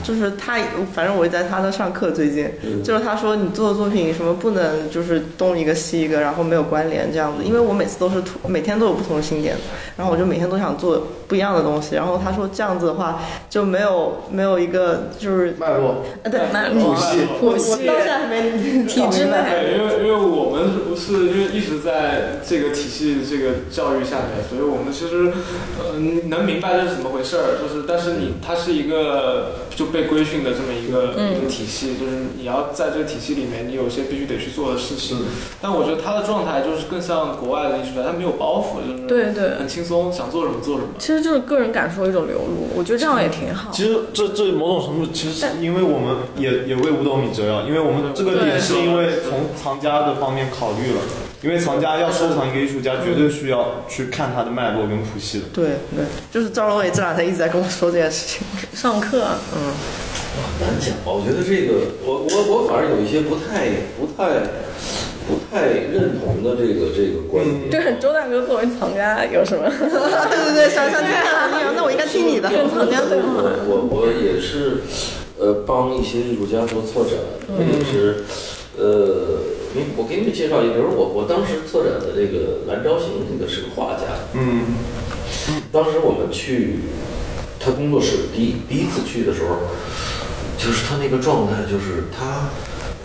就是他反正我也在他那上课最近，就是他说你做的作品什么不能就是东一个西一个，然后没有关联这样子。因为我每次都是突每天都有不同的新点子，然后我就每天都想做不一样的东西。然后他说这样子的话就没有没有一个就是
脉络
啊对，
脉
谱
络
系，
我
谱
我
系
到现在还没
体制内
对，因为因为我们不是因为一直在这个体系、这个教育下面，所以我们其实呃能明白这是怎么回事儿，就是但是你它是一个就被规训的这么一个、
嗯
一个体系，就是你要在这个体系里面，你有些必须得去做的事情。但我觉得他的状态就是更像国外的艺术家，他没有包袱，就是
对对
很轻松，想做什么做什么。
其实就是个人感受一种流露，我觉得这样也挺好。
其实这这某种程度，其实是因为我们也也为五斗米折腰，因为我们这个
对
点是因为从藏家的方面考虑了，因为藏家要收藏一个艺术家，绝对需要去看他的脉络跟谱系的。
对对，就是赵龙伟这两天一直在跟我说这件事情。
上课啊
嗯难讲吧？我觉得这个，我我我反而有一些不太不太不太认同的这个这个观点。
就是周大哥作为藏家有什么？
对对对，想想听他的内容，那我应该听你的。
藏家对吗？
我我我也是，呃，帮一些艺术家做策展，也是，呃，你我给你们介绍一个，比如我我当时策展的这个蓝昭行，这个是个画家，
嗯，
当时我们去他工作室第一第一次去的时候，就是他那个状态，就是他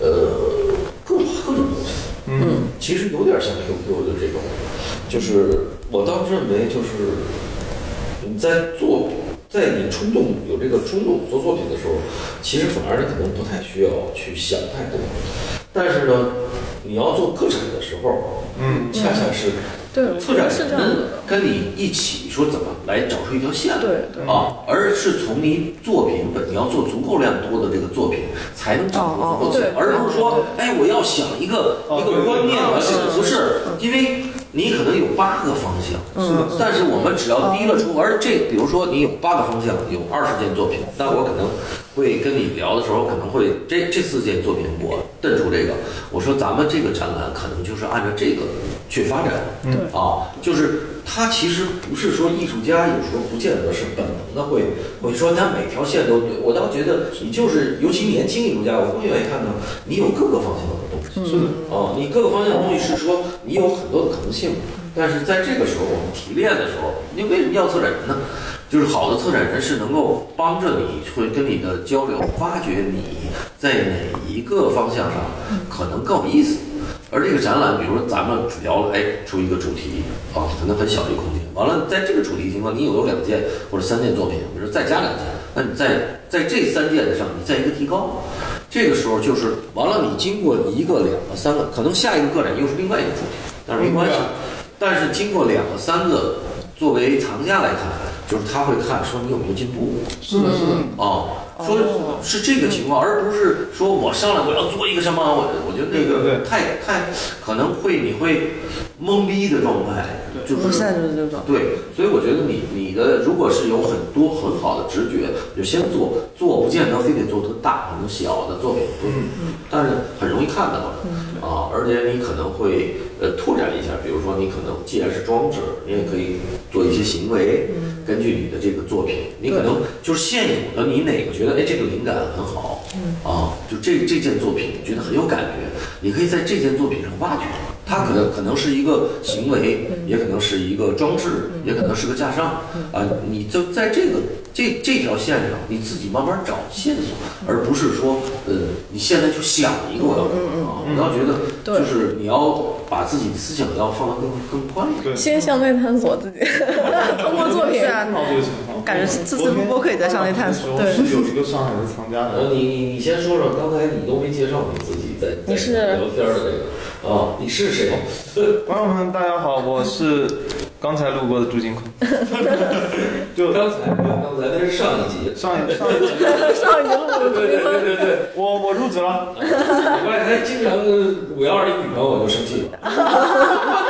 呃各种各种东西，嗯，其实有点像 QQ 的这种，就是我当时认为就是你在做在
在你冲动有这个冲动做作品的时候，其实反而你可能不太需要去想太多。但是呢，你要做个展的时候，嗯，恰恰是
对我
策
觉
展
得是这样
人
的。
跟你一起说怎么来找出一条线来，
对对
啊，而是从你作品本，你要做足够量多的这个作品，才能找出足够的
哦哦
线，
对
而不是说，哎，我要想一个一个观念，我要想不是，因为你可能有八个方向，是，但是我们只要提了出，而这比如说你有八个方向，有二十件作品，那我可能会跟你聊的时候，可能会这这四件作品我瞪出这个，我说咱们这个展览可能就是按照这个去发展，
对
啊，就是它其实不是说艺术家有时候不见得是本能的会会说他每条线都对，我倒觉得你就是尤其年轻艺术家，我更愿意看到你有各个方向的东西，是的，啊，你各个方向的东西是说你有很多的可能性，但是在这个时候我们提炼的时候，你为什么要策展人呢？就是好的策展人是能够帮着你，会跟你的交流，挖掘你在哪一个方向上可能更有意思。而这个展览，比如说咱们聊了，哎，出一个主题啊，可能很小的一个空间，完了，在这个主题情况，你有两件或者三件作品，比如说再加两件，那你在在这三件上，你再一个提高，这个时候就是完了，你经过一个、两个、三个，可能下一个个展又是另外一个主题，但是没关系，
啊
但是经过两个、三个，作为藏家来看，就是他会看说你有没有进步，
是的，是的，
哦，说是这个情况，而不是说我上来我要做一个什么，我我觉得那
对对
个
对
太太可能会你会懵逼的状态，就
我现在
是
就是这种。
对，所以我觉得你你的如果是有很多很好的直觉，就先做，做不见得非得做得大，可能小的作品，嗯，但是很容易看到的。啊，而且你可能会呃拓展一下，比如说你可能既然是装置，你也可以做一些行为，根据你的这个作品，你可能就是现有的你哪个觉得哎这个灵感很好，啊，就这这件作品你觉得很有感觉，你可以在这件作品上挖掘。它可能可能是一个行为，
嗯
也可能是一个装置，也可能是个架上，啊、你就在这个这这条线上，你自己慢慢找线索，
嗯
而不是说，呃，你现在就想一个我要什
嗯
么啊，我要觉得
对
就是你要把自己的思想要放得更更宽一点。
对，
先向内探索 自己，通过作品
是啊，
到这个情况。
感觉这次录播可以在上面探索。
对，是有一个上海的藏家
呃，
的，
你你你先说说，刚才你都没介绍你自己在在
你是
聊天的这个啊，你是谁？
朋友们，大家好，我是刚才路过的朱金坤。就
刚才刚才那是上一集，
上一上一集，
上一路
对对对对对，
我我入职了，
我刚才经常五幺二的女朋友我就生气了。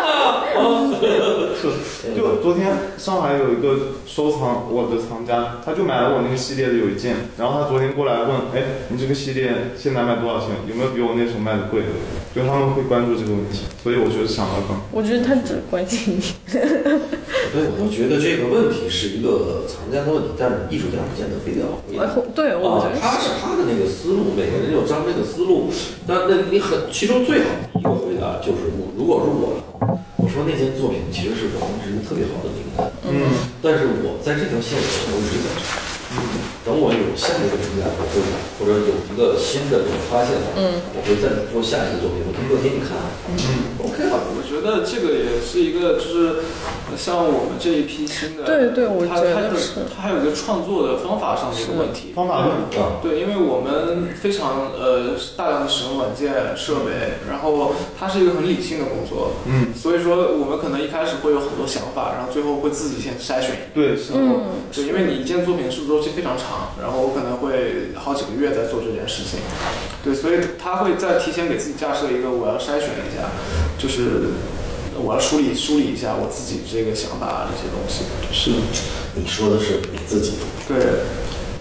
是，就昨天上海有一个收藏我的藏家，他就买了我那个系列的有一件，然后他昨天过来问，哎，你这个系列现在卖多少钱？有没有比我那时候卖的贵的？就他们会关注这个问题，所以我觉得想到刚，
我觉得他只关心你。
对，我就觉得这个问题是一个藏家的问题，但是艺术家不见得非得要回答。
对，哎我觉
啊，
得
他是他的那个思路，每个人有他这个思路。那那你很，其中最好的一个回答就是我，如果是我的话，我说那件作品其实是我当时一个特别好的灵感，
嗯，
但是我在这条线上我一直在找。等我有下一个灵感，我会或者有一个新的这种发现，嗯，我会再做下一个作品，我通过给你看。嗯，OK 吧？
我觉得这个也是一个，就是呃像我们这一批新的，
对对我
他
觉
他
得
就是
是
他还有一个创作的方法上的一个问题。
方法论，
啊，
对，因为我们非常呃大量的使用软件设备，然后它是一个很理性的工作，
嗯，
所以说我们可能一开始会有很多想法，然后最后会自己先筛选一遍。
对，是的，
嗯，
对，因为你一件作品制作周期非常长，然后我可能会好几个月在做这件事情，对，所以他会在提前给自己架设一个我要筛选一下，就是我要梳理梳理一下我自己这个想法啊这些东西。是，
你说的是你自己。
对，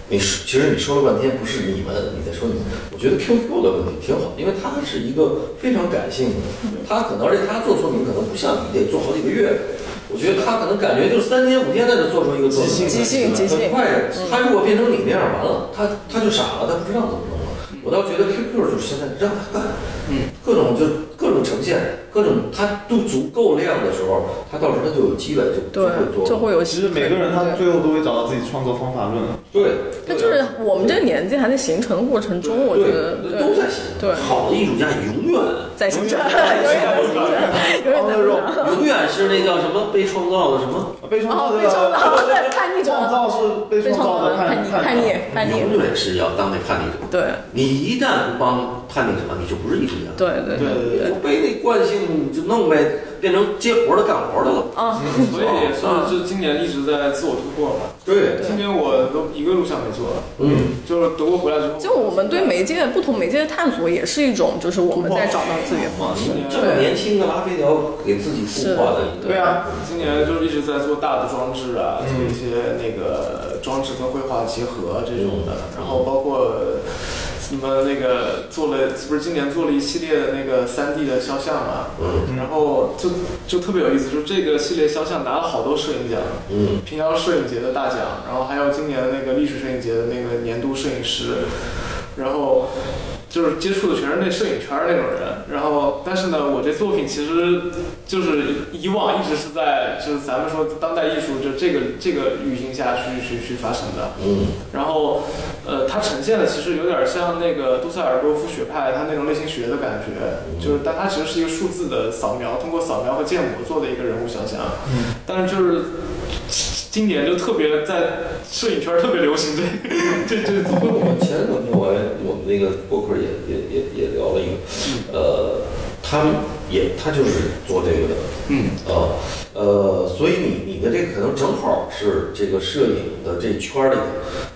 你说，其实你说了半天不是你们，你在说你。我觉得 QQ 的问题挺好，因为它是一个非常感性的，他可能而且他做作品可能不像你得做好几个月，我觉得他可能感觉就三天五天在这做出一个作品，
即兴即兴嗯
很快的。他如果变成你那样，完了，他他就傻了，他不知道怎么弄了。我倒觉得 QQ 就是现在让他干，嗯，各种就各种呈现，
件，各种它都足够量的时候，它到时候它就有积累，就就会
对，
做。
就会有
其实每个人他最后都会找到自己创作 方法论。
对，
那就是我们这个年纪还在形成的过程中，我觉得
对，都在写。
对
好的艺术家永远
在形成，永远在形成，永 远在形成。
永远是那叫什么被创造的什么，
被创
哦，
造
被
的
创造对叛逆者，
创造是被
被
创
创
造
造
的
的
叛
叛逆，叛逆，叛逆，
永远是要当那叛逆者。
对
你一旦不帮叛逆者，你就不是艺术家。
对对
对对
就被那惯性就弄呗，变成接活的干活的了。
啊，
所以也是就是今年一直在自我突破嘛。
对，
今年我都一个路上没做，
嗯，
就是德国回来之后，
就我们对媒介不同媒介的探索，也是一种，就是我们在找到自己的方式。
这么年轻的拉菲鸟给自己孵化的一个，
对啊，今年就是一直在做大的装置啊，做一些那个装置跟绘画结合这种的，然后包括你们那个做了，不是今年做了一系列的那个三 D 的肖像啊，
嗯
然后就就特别有意思，就是这个系列肖像拿了好多摄影奖，
嗯，
平遥摄影节的大奖，然后还有今年那个历史摄影节的那个年度摄影师，然后就是接触的全是那摄影圈儿那种人。然后，但是呢，我这作品其实就是以往一直是在就是咱们说当代艺术就这个这个语境下去去去发生的。
嗯
然后，呃，它呈现的其实有点像那个杜塞尔多夫学派它那种类型学的感觉，就是，但它其实是一个数字的扫描，通过扫描和建模做的一个人物肖像。嗯。但是就是今年就特别在摄影圈儿特别流行 这这这
因为我们前两天我还我们那个播客也也也也聊了一个，呃，他们也他就是做这个的，
嗯，
啊，呃，所以你你的这个可能正好是这个摄影的这圈儿里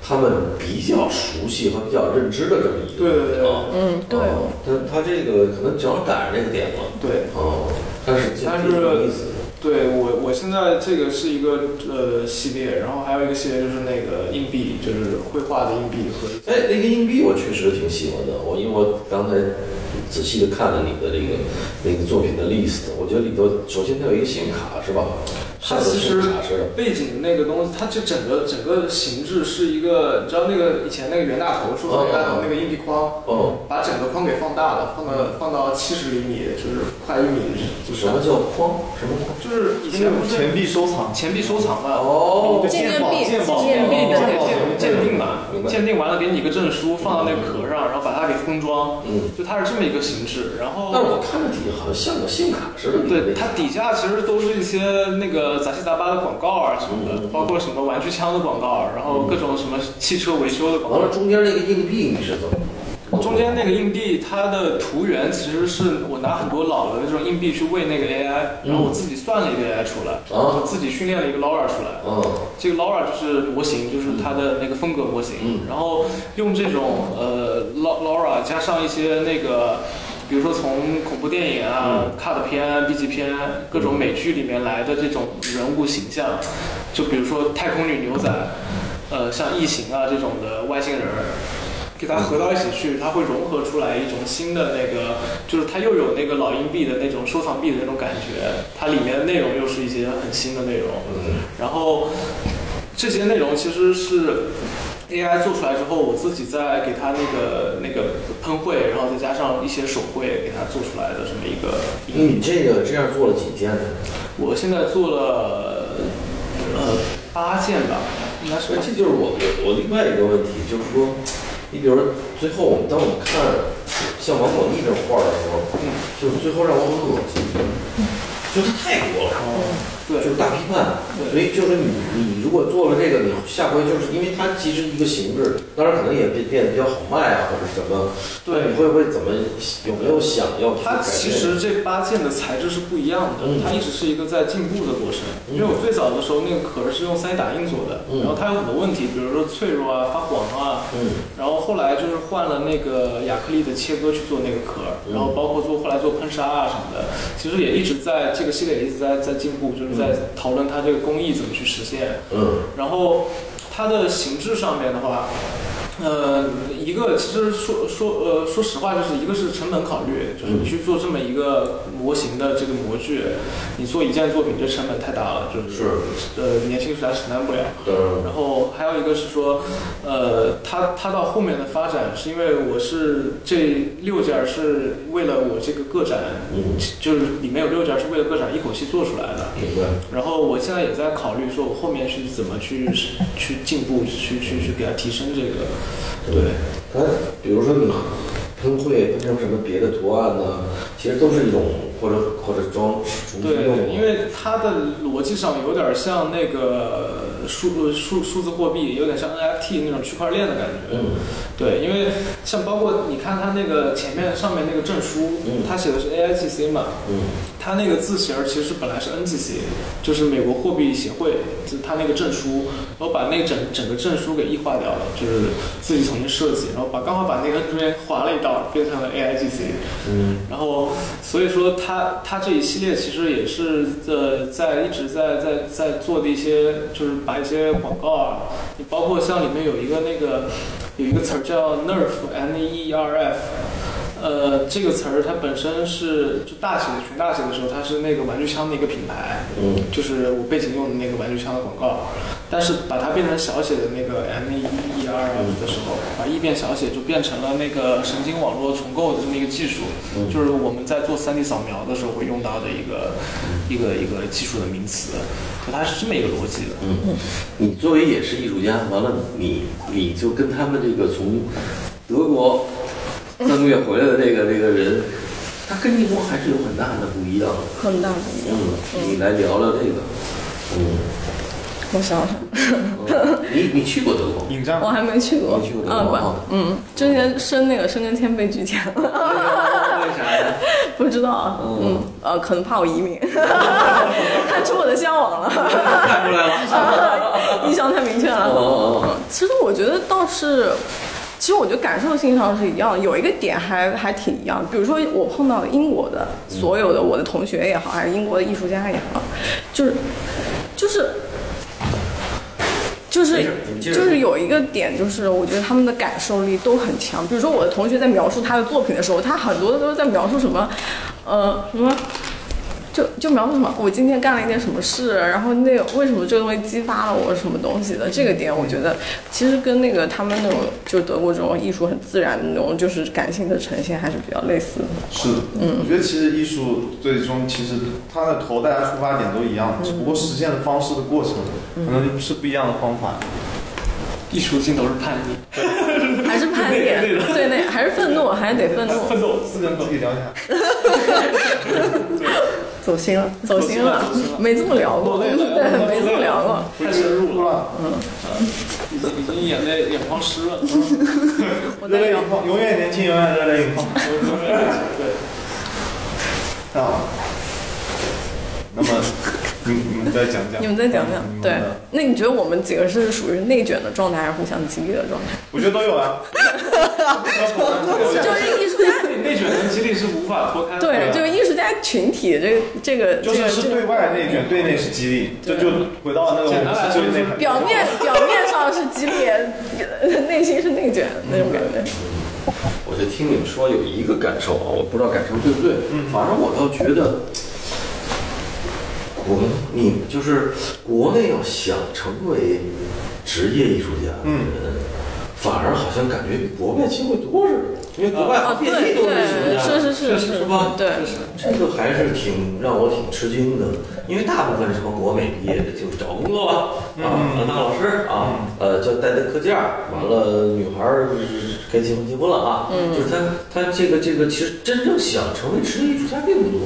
他们比较熟悉和比较认知的这么一个
对对对
啊，
嗯，对，
哦他他这个可能正好赶上这个点了，
对
哦，但是这
但
这有
是
意思，
对我我现在这个是一个呃系列，然后还有一个系列就是那个硬币，就是绘画的硬币和
哎，那个硬币我确实挺喜欢的，我因为我刚才仔细的看了你的这个那个作品的 list，我觉得里头首先它有一个信用卡是吧？
它
像个
其
信
实
用卡似的，
背景那个东西，它这整个整个形制是一个，你知道那个以前那个袁大头说的袁大头那个硬币框，
哦，
把整个框给放大了，放到
嗯
放到七十厘米，就是快一米，就是
什么叫框？什么框？
就是以前
那
不
种
是
钱币收藏，
钱币收藏嘛，
哦，
纪念币，
鉴宝
纪
鉴
念币的
鉴
那种。
鉴鉴定嘛
明，白
鉴定完了给你一个证书，放到那个壳上，然后把它给封装，
嗯，
就它是这么一个形制。然后，
但是我看着底下好像像个信用卡似的，
对它底下其实都是一些那个杂七杂八的广告啊什么的，包括什么玩具枪的广告，啊然后各种什么汽车维修的广
完了
告。
中间那个硬币你是怎么？
中间那个硬币，它的图源其实是我拿很多老的这种硬币去喂那个 AI，然后我自己算了一个 AI 出来，我自己训练了一个 LoRa 出来，
嗯
这个 Laura 就是模型，就是它的那个风格模型，
嗯
然后用这种呃 Lau- Laura 加上一些那个，比如说从恐怖电影啊、cut 片、B 级片、各种美剧里面来的这种人物形象，就比如说太空女牛仔，呃，像异形啊这种的外星人。给它合到一起去，它会融合出来一种新的那个，就是它又有那个老硬币的那种收藏币的那种感觉，它里面的内容又是一些很新的内容。
嗯
然后这些内容其实是 AI 做出来之后，我自己再给它那个那个喷绘，然后再加上一些手绘给它做出来的这么一个影
你
片。
这个这样做了几件呢？
我现在做了呃八件吧，应该是
所以这就是我我我另外一个问题，就是说，你比如说最后我们当我们看像王广义这种画的时候，
嗯
就是最后让我很恶心，就是太多了，
哦对
就是大批判。
对
所以就是你你如果做了这个，你下回就是因为它其实一个形制，当然可能也变变得比较好卖啊，或者什么。
对
你。会不会怎么有没有想要去
它
改变
其实这八件的材质是不一样的，
嗯
它一直是一个在进步的过程。
嗯
因为我最早的时候那个壳是用 3D 打印做的，
嗯
然后它有很多问题，比如说脆弱啊、发黄啊，
嗯
然后后来就是换了那个亚克力的切割去做那个壳儿，
嗯
然后包括做后来做喷砂啊什么的，其实也一直在这个系列也一直在在进步，就是在讨论它这个工艺怎么去实现。
嗯
然后它的形制上面的话，呃，一个其实说说呃，说实话，就是一个是成本考虑，就是你去做这么一个模型的这个模具，你做一件作品，这成本太大了，就是呃年轻时代承担不了。
当然了
然后还有一个是说，呃，它它到后面的发展是因为我是这六件儿是为了我这个个展，
嗯
就是里面有六件儿是为了个展一口气做出来的。
明白。
然后我现在也在考虑，说我后面是怎么去去进步，去去去给它提升这个。对，
哎，比如说你喷绘喷成什么别的图案呢、其实都是一种或者或者装重新用
对，因为它的逻辑上有点像那个数数数字货币，有点像 NFT 那种区块链的感觉。
嗯
对，因为像包括你看它那个前面上面那个证书，
嗯
它写的是 AIGC 嘛，
嗯
它那个字形儿其实本来是 NGC，就是美国货币协会，就是它那个证书，然后把那整整个证书给异化掉了，就是自己重新设计，然后把刚好把那个中间划了一道，变成了 AIGC。
嗯
然后所以说他他这一系列其实也是呃在一直在在在做的一些就是把一些广告啊，你包括像里面有一个那个有一个词儿叫 nerf n e e r f。呃，这个词儿它本身是就大写的全大写的时候，它是那个玩具枪的一个品牌，
嗯
就是我背景用的那个玩具枪的广告，但是把它变成小写的那个 M E E R F 的时候，把 E 变小写就变成了那个神经网络重构的这么一个技术，就是我们在做 3D 扫描的时候会用到的一个一个一个技术的名词，就它是这么一个逻辑的。
嗯，
你作为也是艺术家，完了你你就跟他们这个从德国三个月回来的这个这个人，他跟你我还是有很大的不一样。
很大的一
嗯
样。，
你来聊聊这个。嗯，
我想想，
你你去过德国？
引战
我还没去过
没去过。德
啊，
国
管
啊，
嗯，之前申那个申根签被拒签了，
为啥呀？
不知道，嗯，呃，可能怕我 移民，看出我的向往了，
看出来
嗯
了。
印象太明确
哦
了。
哦哦，
其实我觉得倒是，其实我觉得感受性上是一样，有一个点还还挺一样。比如说我碰到英国的所有的我的同学也好，还是英国的艺术家也好，就是就是。就
没
是
事你接着
就是有一个点，就是我觉得他们的感受力都很强。比如说我的同学在描述他的作品的时候，他很多都是在描述什么，呃，什么就就描述什么，我今天干了一件什么事，然后那个为什么这个东西激发了我什么东西的这个点，我觉得其实跟那个他们那种就德国这种艺术很自然的那种就是感性的呈现还是比较类 似的。
是的，我觉得其实艺术最终其实它的头大家出发点都一
嗯
样，只不过实现的方式的过程可能是不一样的方法。
艺术尽头是叛逆，
还是叛逆，对那还是愤怒，还是得愤怒，
奋斗，
自跟自己聊一下，
走心了。
走心了
走心了，
没这么聊过，
落泪了
对，
嗯
没这么聊过。
太深入
哭
了，
了，
已经已经眼泪眼眶湿润了。
我
热
在
泪
聊
盈眶，永远年轻，永远热泪盈眶。
对，
太好了。那么，你你们再讲讲。
你们再讲讲
你，们
对
的，
那你觉得我们几个是属于内卷的状态，还是互相激励的状态？
我觉得都 有啊。
就是艺术家，
内卷跟激励是无法脱开的。
对，就是艺术家群体这个这个
就
这
是
个这
是
个
对外内卷，对内是激励，这就回到那个我
简单来
们是
说
对内
就是
的。
表面表面上是激烈，内心是内卷那种感觉。
我就听你们说有一个感受啊，我不知道感受对不对，反正我倒觉得，我们你们就是国内要想成为职业艺术家的人，反而好像感觉比国外机会多似的，因为国外
啊，
遍地
对
都是艺术
对，
家，
是是是
是吧？
对，
这个还是挺让我挺吃惊的，因为大部分什么国美毕业的就找工作吧，啊，当老师啊，呃，就带带课件儿，完了女孩儿该结婚结婚了啊，
嗯
就是他他这个这个其实真正想成为职业艺术家并不多，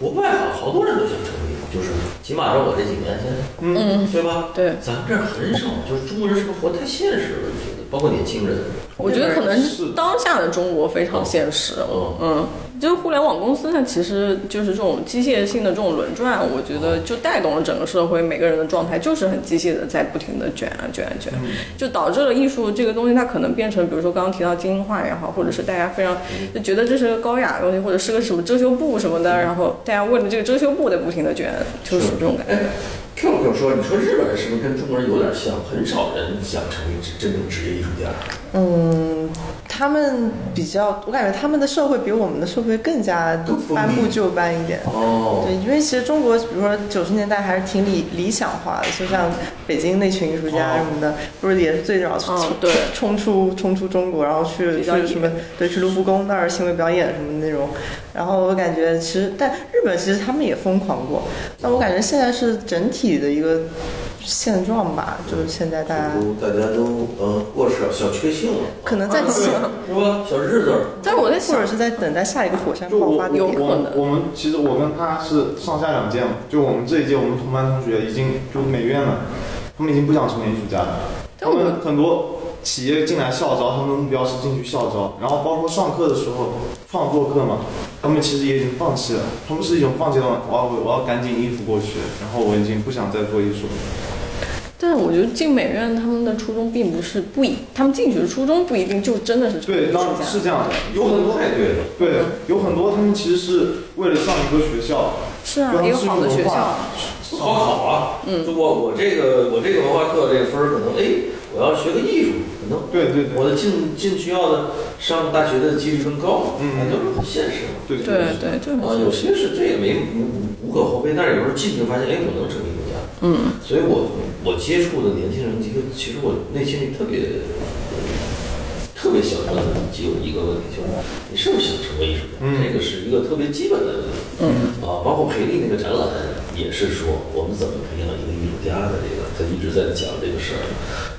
国外好好多人都想成为，就是起码让我这几年现在，嗯，对吧？
对
咱们这儿很少，就是中国人是不是活得太现实了？你觉得，包括年轻人，
我觉得可能是当下的中国非常现实。
嗯
嗯，就是互联网公司，它其实就是这种机械性的这种轮转，我觉得就带动了整个社会每个人的状态，就是很机械的在不停的卷啊卷啊卷，就导致了艺术这个东西它可能变成，比如说刚刚提到精英化也好，或者是大家非常就觉得这是个高雅的东西，或者是个什么遮羞布什么的，然后大家为了这个遮羞布在不停的卷，就是这种感觉。
哎，Q Q 说，你说日本人是不是跟中国人有点像？很少人想成为职真正职业艺术家。
嗯，他们比较，我感觉他们的社会比我们的社会更加
更封闭
按部就班一点。
哦，
对，因为其实中国，比如说九十年代还是挺理理想化的，就像北京那群艺术家什么的，不是也是最早冲、
哦对
冲出冲出中国，然后去
比较
去什么对去卢浮宫那儿行为表演什么那种。然后我感觉其实，但日本其实他们也疯狂过，但我感觉现在是整体的一个现状吧，就是现在大家
啊
嗯
都大家都呃过小小确幸了，
可能在
是
想，
嗯
吧？小日子，
但是我在
或
想
者，是在等待下一个火山
就我
爆
我
发的点。
有可能
我我们其实我跟他是上下两届嘛，就我们这一届我们同班同学已经就美院了，他们已经不想成为艺术家了，
但
他
我
们很多企业进来校招，他们的目标是进去校招，然后包括上课的时候创作课嘛，他们其实也已经放弃了，他们是一种放弃到我要我要赶紧应付过去，然后我已经不想再做艺术了。
但是我觉得进美院他们的初衷并不是不一，他们进去的初衷不一定就真的是成为
对，
艺术
那
家
是这样的，有
有
很
很
多
多太对了，
对，
嗯
有很多他们其实是为了上一个学校，
是啊
就他，
一
们
个
是
好的
文
学
化
校，啊
不好考啊。嗯，就我我这个我这个文化课这个分儿可能，哎，我要学个艺术，可能
对对对
我的进进学校的上大学的几率更高，
嗯
那就是很现实嘛。
对
对对，就
啊，
很
有些是这也没无无无可厚非，但是有时候进去发现，哎，我能成为艺术家。
嗯，
所以我我接触的年轻人，其实其实我内心里特别特别想问的只有一个问题，就是你是不是想成为艺术家？
嗯
这个是一个特别基本的问题。嗯啊，包括培力那个展览也是说，我们怎么培养一个艺术家的这个，他一直在讲这个事儿，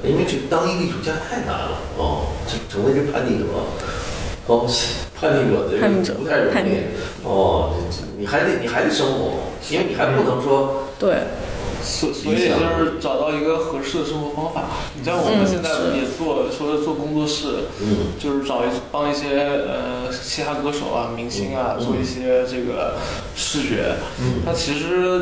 因为这当一个艺术家太难了哦，这成为一个叛逆者。哦，叛逆者这
叛逆
个
者
不太容
叛逆
易哦，这你还得你还得生活，因为你还不能说
对，
所所以就是找到一个合适的生活方法。你像我们现在也做，说是做工作室，
嗯
就是找一帮一些呃嘻哈歌手啊、明星啊做一些这个视觉。它其实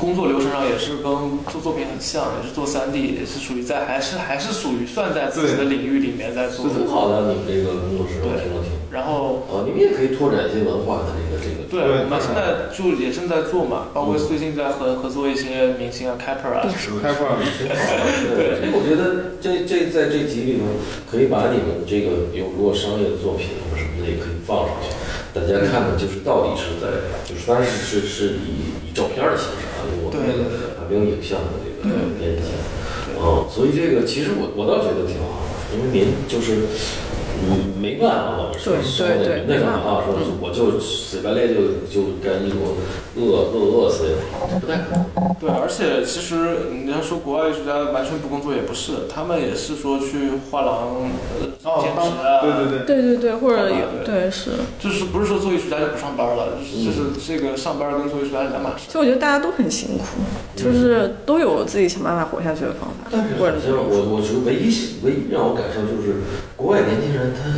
工作流程上也是跟做作品很像，也是做三 D，也是属于在还是还是属于算在自己的领域里面在做。
挺好的，你们这个工作室我听了听。
然后
哦，你们也可以拓展一些文化的这个这个。
对，
对
我们现在就也正在做嘛，包括最近在合合作一些明星啊、Capper 啊，
开放。
对，我觉得这这在这集里面可以把你们这个有如果商业的作品啊或者什么的也可以放上去，大
嗯
家看看就是到底是在就是当然是是是以以照片儿的形式啊，因为我们那个还没有影像的这个连接，嗯，所以这个其实我我倒觉得挺好，因为您就是。嗯，没办法，我们说
对
说
对对
那
没
什么啊，
办嗯
说我就随便练就就干一股饿饿饿死也不太可能。
对，而且其实你要说国外艺术家完全不工作也不是，他们也是说去画廊呃兼职啊，
哦，对对对。
对对对，或
好吧
者有对是，
就是不是说做艺术家就不上班了，就是就是这个上班跟做艺术家是两码事
其。实我觉得大家都很辛苦，就是都有自己想办法活下去的方法
但是，
或
好
者
像我我觉得唯一唯一让我感受就是，国外年轻人他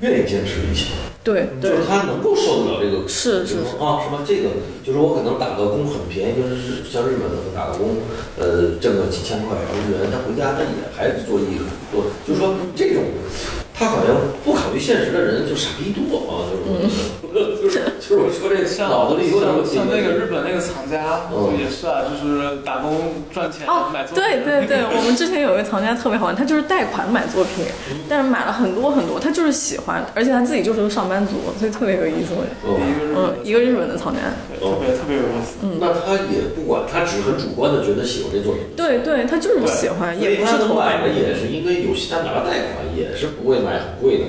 愿意坚持旅行，
对
就
对
是他能够受得了这个。
是是是，
啊，是吧？这个就是我可能打个工很便宜，就是像日本的打个工，呃，挣个几千块日元，他回家他也还是做艺术，做就是说这种，他好像不考虑现实的人就傻逼多啊，就是我觉得 就是就是我说这
嗯像
脑子里有点问题。
像像那个日本那个藏家
嗯
也是啊，就是打工赚钱
哦
买，作品。
对对对，我们之前有一个藏家特别好玩，他就是贷款买作品，但是买了很多很多，他就是喜欢，而且他自己就是个上班族，所以特别有意思。我觉得，
嗯
一个日
嗯，
本
一个日本的藏家，
对特别特别有意思。
那他也不管，他只是很主观的觉得喜欢这作品。
对对，他就是喜欢，也不是
能
投
买的
资
也是因为有些他拿了贷款，也是不会买很贵的，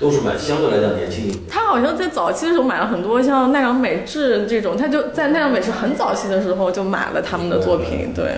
都是买相对来讲年轻一点。
他好像在早期的时候买了很多像奈良美智这种，他就在奈良美智很早期的时候就买了他们的作品，对，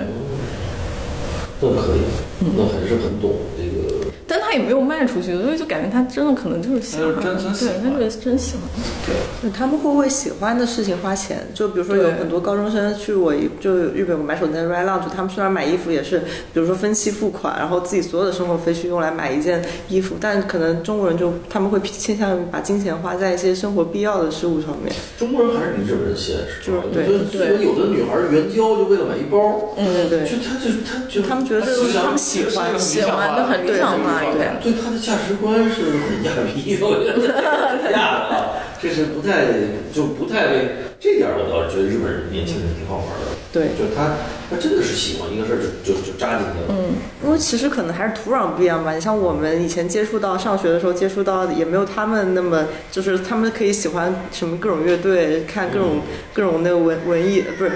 那可以，
嗯
那还是很懂这个。
但他也没有卖出去，所以就感觉他真的可能就是喜欢，
他就是真真喜
对，
欢
他就是真喜欢，
对他们会为喜欢的事情花钱，就比如说有
对
很多高中生去我一就日本我买手机的 Red Lounge，他们虽然买衣服也是，比如说分期付款，然后自己所有的生活费去用来买一件衣服，但可能中国人就他们会倾向于把金钱花在一些生活必要的事物上面。
中国人还是比日本人现实，
就是对
我觉得有的女孩援交就为了买一包，
嗯，对
就她就她就
他们觉得这个
思
是他
想
们喜欢
这个
喜欢的很理
对
想化，
对
对。
对她的价值观是很亚逼的，我觉得亚的啊，这是不太就不太为
这点儿我倒是觉得日本人年轻人挺好玩的，
对
就是他他真的是喜欢一个事儿就就就扎进去了，嗯，
因为其实可能还是土壤不一样吧。你像我们以前接触到上学的时候接触到，也没有他们那么，就是他们可以喜欢什么各种乐队，看各种、各种那个文文艺，不是，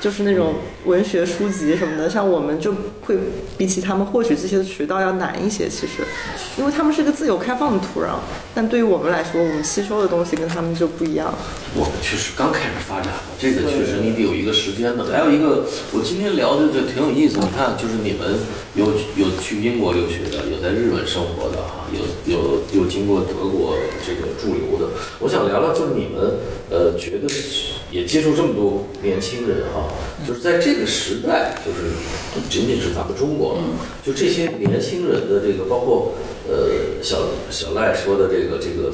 就是那种文学书籍什么的。像我们就会比起他们获取这些渠道要难一些，其实，因为他们是个自由开放的土壤，但对于我们来说，我们吸收的东西跟他们就不一样。
我们确实刚开始发展嘛，这个确实你得有一个时间的。还有一个，我今天聊的就挺有意思。你看，就是你们有有去英国留学的，有在日本生活的哈，有有有经过德国这个驻留的。我想聊聊，就是你们呃，觉得是也接触这么多年轻人哈，
嗯
就是在这个时代，就是不仅仅是咱们中国了，
嗯
就这些年轻人的这个，包括呃小小赖说的这个这个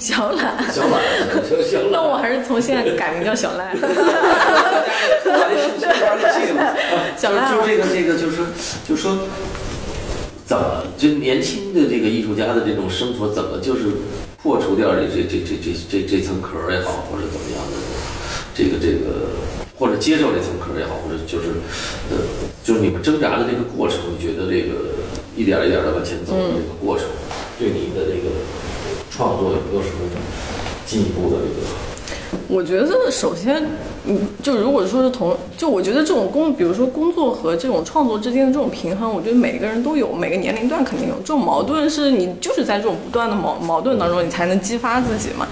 小懒。
小懒，小小懒，
那我还是从现在改名叫小赖。 小赖
就就这个这个就是就说，怎么就年轻的这个艺术家的这种生活，怎么就是破除掉这这这这这这这层壳儿也好，或者怎么样的这个这个，或者接受这层壳儿也好，或者就是呃，就是你们挣扎的这个过程，你觉得这个一点儿一点的往前走的这个过程，对你的这个创作有没有什么进一步的这个？
我觉得首先，嗯，就如果说是同，就我觉得这种工，比如说工作和这种创作之间的这种平衡，我觉得每个人都有，每个年龄段肯定有这种矛盾，是你就是在这种不断的矛矛盾当中，你才能激发自己嘛。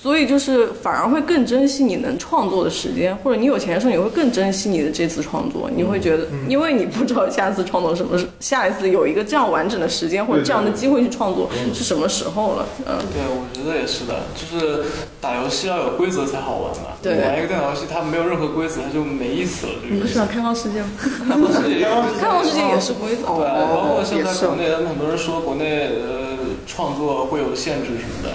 所以就是反而会更珍惜你能创作的时间，或者你有钱的时候，你会更珍惜你的这次创作，你会觉得，因为你不知道下次创作什么时，下一次有一个这样完整的时间或者这样的机会去创作是什么时候了，嗯。
对，我觉得也是的，就是打游戏要有规则才好玩嘛。
对
玩一个电脑游戏，它没有任何规则，它就没意思了。这
你
个
不喜欢开放世界吗？
开放世界也是规则，
对，包括现在
哦也是
国内，他们很多人说国内呃创作会有限制什么的，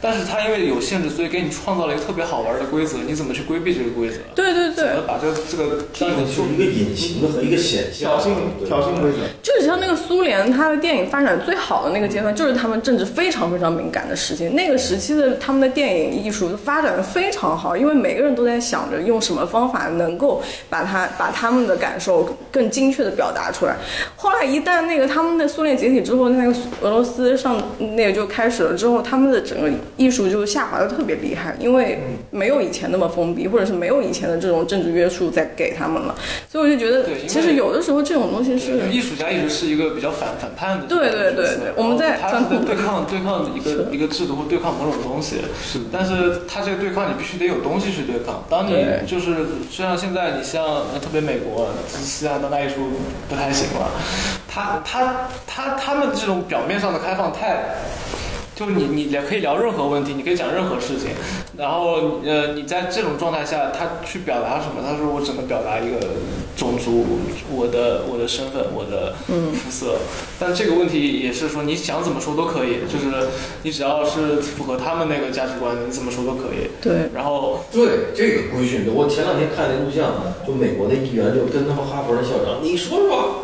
但是它因为有限制，所以给你创造了一个特别好玩的规则，你怎么去规避这个规则？
对对
怎
对
么，把这个这个
让你就是一个隐形的和一个显象
挑衅
对
挑衅规则。
就是像那个苏联，它的电影发展最好的那个阶段，就是他们政治非常非常敏感的时期。那个时期的他们的电影艺术发展的非常好，因为每个人都在想着用什么方法能够把它把他们的感受更精确的表达出来。后来一旦那个他们的苏联解体之后，那个俄罗斯上那个就开始了之后，他们的整个艺术就下滑的特别厉害，因为没有以前那么封闭，或者是没有以前的这种政治约束在给他们了。所以我就觉得
对因为，
其实有的时候这种东西是。
艺术家一直是一个比较反反叛的角色，
对对对对我们在
他是在对抗对抗一个一个制度或对抗某种东西，
是
但是他这个对抗你必须得有东西去对抗。当你
对
就是就像现在你像呃特别美国西安当代艺术不太行了，他他他他们这种表面上的开放太。就是你，你也可以聊任何问题，你可以讲任何事情，然后呃，你在这种状态下，他去表达什么？他说我只能表达一个种族，我的我的身份，我的肤色。但这个问题也是说，你想怎么说都可以，就是你只要是符合他们那个价值观的，你怎么说都可以。
对，
然后
对这个规训，我前两天看那录像，就美国的议员就跟他们哈佛的校长，你说 说，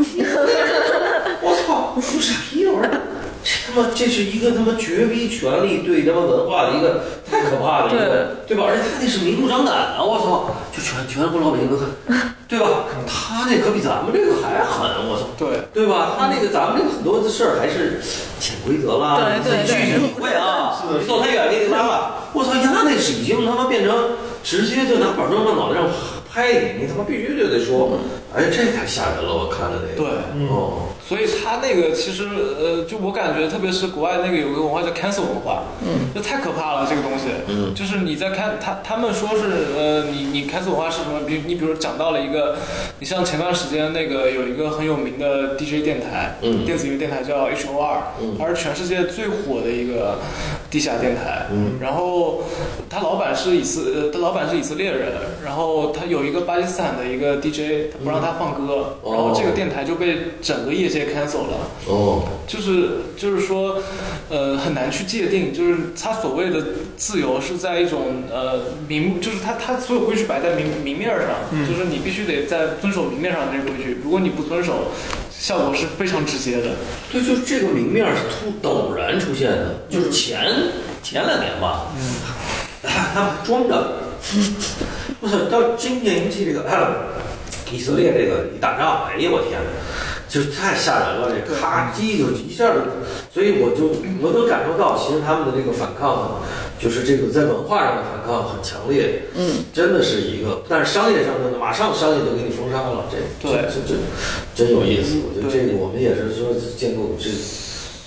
我操，我说傻逼玩意儿，这他妈这是一个他妈绝逼权力对他们文化的一个太可怕的一个，对吧？而且他那是明目张胆啊，我操，就全全国老百姓都看，对 吧？他那可比咱们这个还狠，我操。
对，
对吧？他那个咱们这个很多的事儿还是潜规则啦，
对对对
你自己去你会啊，你走太远给你拉了。我操，呀，那是已经他妈变成直接就拿板砖往脑袋上拍你，你他妈必须就得说，
嗯
哎，这太吓人了，我看了那个。
对
哦，
所以他那个其实呃，就我感觉，特别是国外那个有个文化叫 cancel 文化，嗯，就太可怕了这个东西，嗯，就是你在看他他们说是呃，你你 cancel 文化是什么？比你比如讲到了一个，你像前段时间那个有一个很有名的 DJ 电台，
嗯
电子音乐电台叫 HOR，
嗯
它是全世界最火的一个地下电台，
嗯
然后他老板是以色呃，他老板是以色列人，然后他有一个巴基斯坦的一个 DJ，他不让他放歌，
哦
然后这个电台就被整个业界 cancel 了。
哦，
就是就是说，呃，很难去界定，就是他所谓的自由是在一种呃明，就是他他所有规矩摆在明明面上，就是你必须得在遵守明面上的这个规矩，如果你不遵守，效果是非常直接的。
对，就是这个明面是突陡 然出现的，就是前前两年吧，他们还装着，
不是到今年，尤其这个、啊以色列这个一打仗，哎呀我天，就是太吓人了，这咔叽就一下就，所以我就我能感受到，其实他们的这个反抗，就是这个在文化上的反抗很强烈，嗯，真的是一个，但是商业上的马上商业就给你封杀了，这
对
这这这真有意思，我觉得
对
这个我们也是说见过这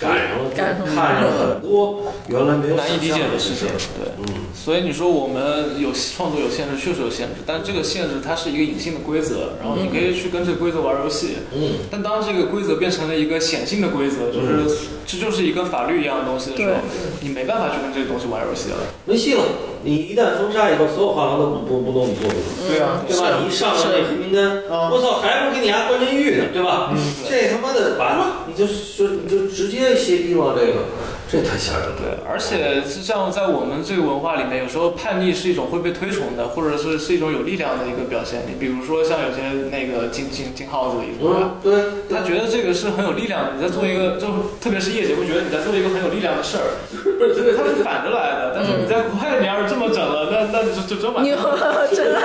赶上了，
赶上了
看上很多原来没有
难以理
想
解
象
的
事
事情，对。
嗯，
所以你说我们有创作有限制，确实有限制，但这个限制它是一个隐性的规则，然后你可以去跟这个规则玩游戏。
嗯，
但当这个规则变成了一个显性的规则，就是、这就是一个法律一样的东西的时候
对，
你没办法去跟这个东西玩游戏了。
没戏了，你一旦封杀以后，所有画廊都不不不弄你作品。
嗯
对啊，
对吧？你一上了那黑名单，
啊
我操，还不给你家关监狱呢，对吧？这他妈的完了，你就就你就直接歇逼了，这个，这太吓人了。
对，而且是这样，在我们这个文化里面，有时候叛逆是一种会被推崇的，或者是是一种有力量的一个表现。你比如说像有些那个金金金耗子一说。
嗯，对，
他觉得这个是很有力量的，你在做一个，就特别是业界会觉得你在做一个很有力量的事 儿，对，他是反着来的。但是你在国外，你要是这么整了，那那就就真完
嗯你
蛋了。
真的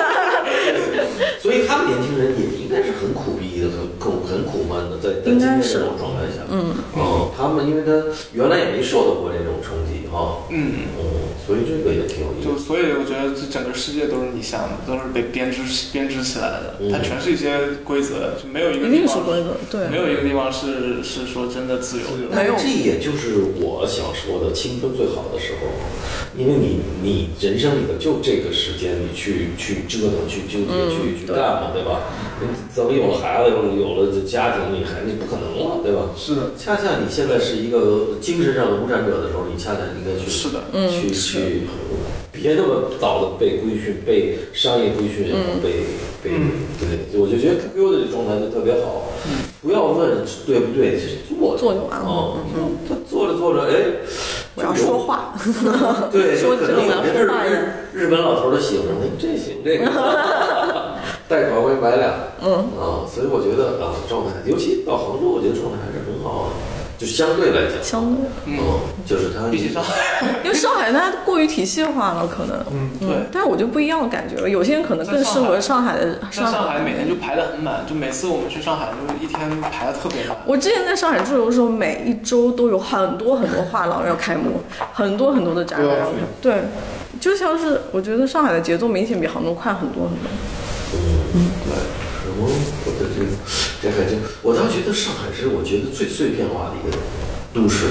所以他们年轻人也应该是很苦逼的，很苦很苦闷的，在在今
应
天
该
这
是
种状态下，嗯，哦，他们因为他原来也没受到过这种冲击哈，
嗯，
哦，所以这个也挺有意思
就。所以我觉得这整个世界都是你想的，都是被编织编织起来的，它全是一些规则，就没有一个
一
地
定是
方，
规则，对
没，有一个地方是是说真的自由的。
没有
这也就是我想说的，青春最好的时候，因为你你人生里的就这个时间，你去去折腾、去纠
嗯
结、去去干嘛，对吧？你等有了孩子，有了有了家庭，你还你不可能了，对吧？
是的，
恰恰你现在是一个精神上的无产者的时候，你恰恰应该去
是的
嗯
去
是
去，别那么早的被规训、被商业规训，然后被被
嗯
对，我就觉得 QQ 的这状态就特别好，不要问对不对，就做
做就完了嗯
哦，他做着做着，哎，
我要说话，
有对，
说
可能
这个
有些日
说话呀
日日本老头儿都喜欢，哎，这行这 个。贷款我也买俩，嗯啊，所以我觉得啊，状态，尤其到杭州，我觉得状态还是很好的，就相对来讲，
相对。
嗯，就是他
比起上海，
因为上海它过于体系化了，可能，嗯，
对
但是我就不一样的感觉了。有些人可能更适合上海的
在上海每天
就。
就排得很满，就每次我们去上海，就是一天排得特别满。
我之前在上海住的时候，每一周都有很多很多画廊要开幕，很多很多的展览要开幕。对，就像是我觉得上海的节奏明显比杭州快很多很多。
对，我我的这个这还真，我倒觉得上海是我觉得最碎片化的一个都市，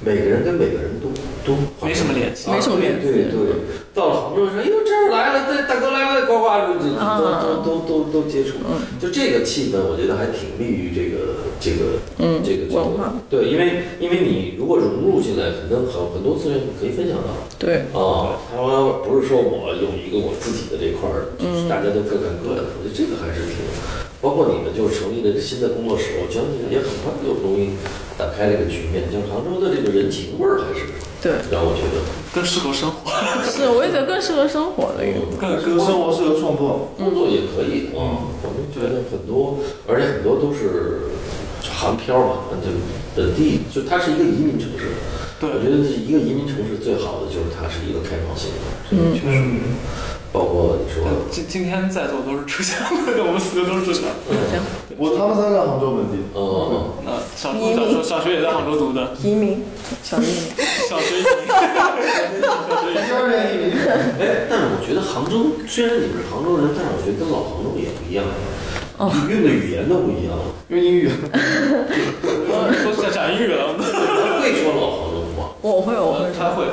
每个人跟每个人都都好像
没什么联系
啊
没什么联系
对对对，到了杭州说，哎呦这儿来了，这大哥来了，呱呱就就
啊
都都都都都接触，
嗯
就这个气氛，我觉得还挺利于这个这个
嗯
这个这个
文化
对，因为因为你如果融入进来，很多很很多资源你可以分享到。
对，
啊，台湾不是说我有一个我自己的这块儿，
嗯
就是大家都各干各的，我觉得这个还是挺，包括你们就成立了新的工作室，我相信也很快就容易打开这个局面。像杭州的这个人情味儿还是
对，
让我觉得
更适合生活。
是，我也觉得更适合生活的一个。
更
歌生活适合创作，
哦工作也可以
嗯
啊，我们觉得很多，而且很多都是韩漂嘛，就本地，就它是一个移民城市。
对
我觉得一个移民城市最好的就是它是一个开放性的，这个确实，
嗯，
包括你说。
呃今今天在座都是浙江的，我们四个都是浙江。
我他们三个杭州本地，
嗯，
那小学小学小学也在杭州读的，
移民，小移民，
小学已经小学已经
哎，但是我觉得杭州，虽然你们是杭州人，但是我觉得跟老杭州也不一样，
哦
你用的语言都不一样。
用英语，
都讲讲英语了。
会说老杭州话，
我会，我会。
他会，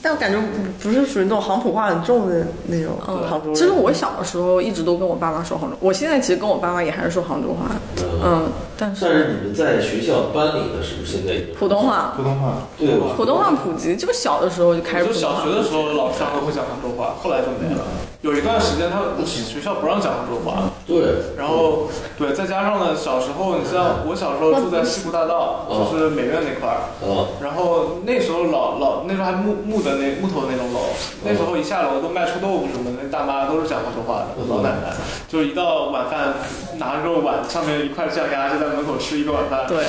但我感觉不是属于那种杭普话很重的那种杭州人。
其实我小的时候一直都跟我爸妈说杭州，我现在其实跟我爸妈也还是说杭州话，嗯，但
但
是
是你们在学校班里的是不是现在已经
普通？话，
普通话，
对，我
普通话普及，就小的时候就开始
就
普通
小
话
学。的时候老师上课会讲杭州话，后来就没了。有一段时间他学校不让讲杭州话，
对，
然后对，再加上呢，小时候你像我小时候住在西湖大道，
哦
就是美院那块儿。
啊，
然后那时候老老那时候还木木的那木头的那种楼，那时候一下楼都卖臭豆腐什么的，那大妈都是讲杭州话的，
嗯
老奶奶，就是一到晚饭拿着碗上面一块酱鸭就在门口吃一个晚饭。
对，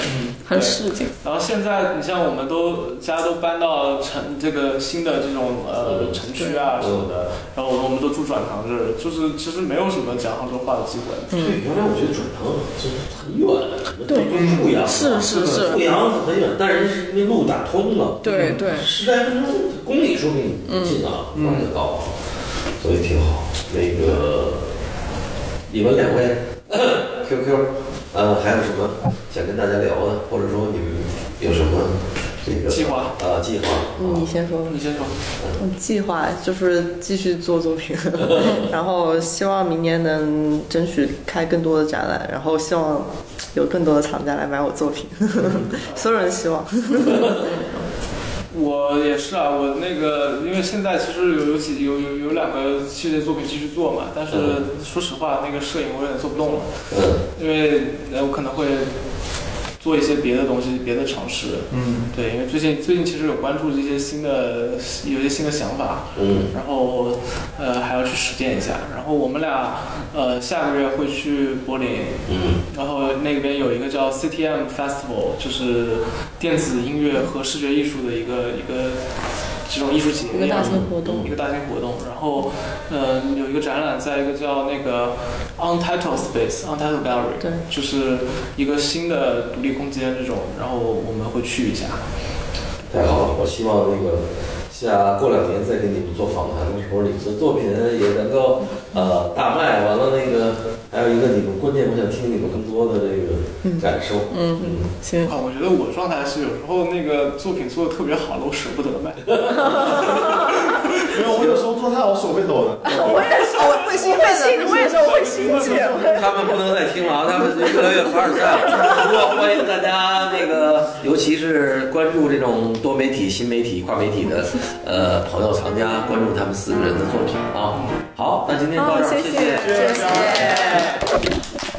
很市井。
然后现在你像我们都家都搬到城这个新的这种呃城区啊什么的，然后我们都住术转行日，就是其实没有什么讲杭州话的机会。
对，原来我觉得转行这很远，什么贵州富阳啊，
是是是
富阳很远，但人家是那路打通了，嗯
对对
十来分钟公里说不定近啊，嗯，得到，所以挺好。那个你们两位 QQ，呃，还有什么想跟大家聊的，或者说你们有什么这个
计划
啊计划？
嗯
你先说吧。
你先说，
我计划就是继续做作品，然后希望明年能争取开更多的展览，然后希望有更多的藏家来买我作品， 所有人希望。
我也是啊，我那个因为现在其实有有几有有有两个系列作品继续做嘛，但是说实话，那个摄影我有点做不动了。
嗯，
因为呃，我可能会做一些别的东西，别的尝试。
嗯，
对，因为最近最近其实有关注一些新的，有一些新的想法，
嗯，
然后呃还要去实践一下。然后我们俩呃下个月会去柏林，
嗯，
然后那边有一个叫 CTM Festival，就是电子音乐和视觉艺术的一个一个这种艺术节
一个大型活动
一个大型活动。然后呃有一个展览，在一个叫那个 Untitled Space Untitled Gallery，
对
就是一个新的独立空间这种，然后我们会去一下。
太好了，我希望那个下过两年再给你们做访谈的时候，你们的作品也能够呃大卖。完了那个还有一个，你们关键我想听你们更多的这个感受。嗯嗯，
行，
啊，我觉得我状态是有时候那个作品做的特别好了，我舍不得卖。
没有，我有时候做太好手会抖的。
我也是，哦我会兴奋的，我也是会兴奋。
他们不能再听了啊，他们越来越凡尔赛了。 不过欢迎大家那个，尤其是关注这种多媒体、新媒体、跨媒体的呃朋友藏家，关注他们四个人的作品啊。好，那今天到
好，
这儿，
谢
谢
谢谢。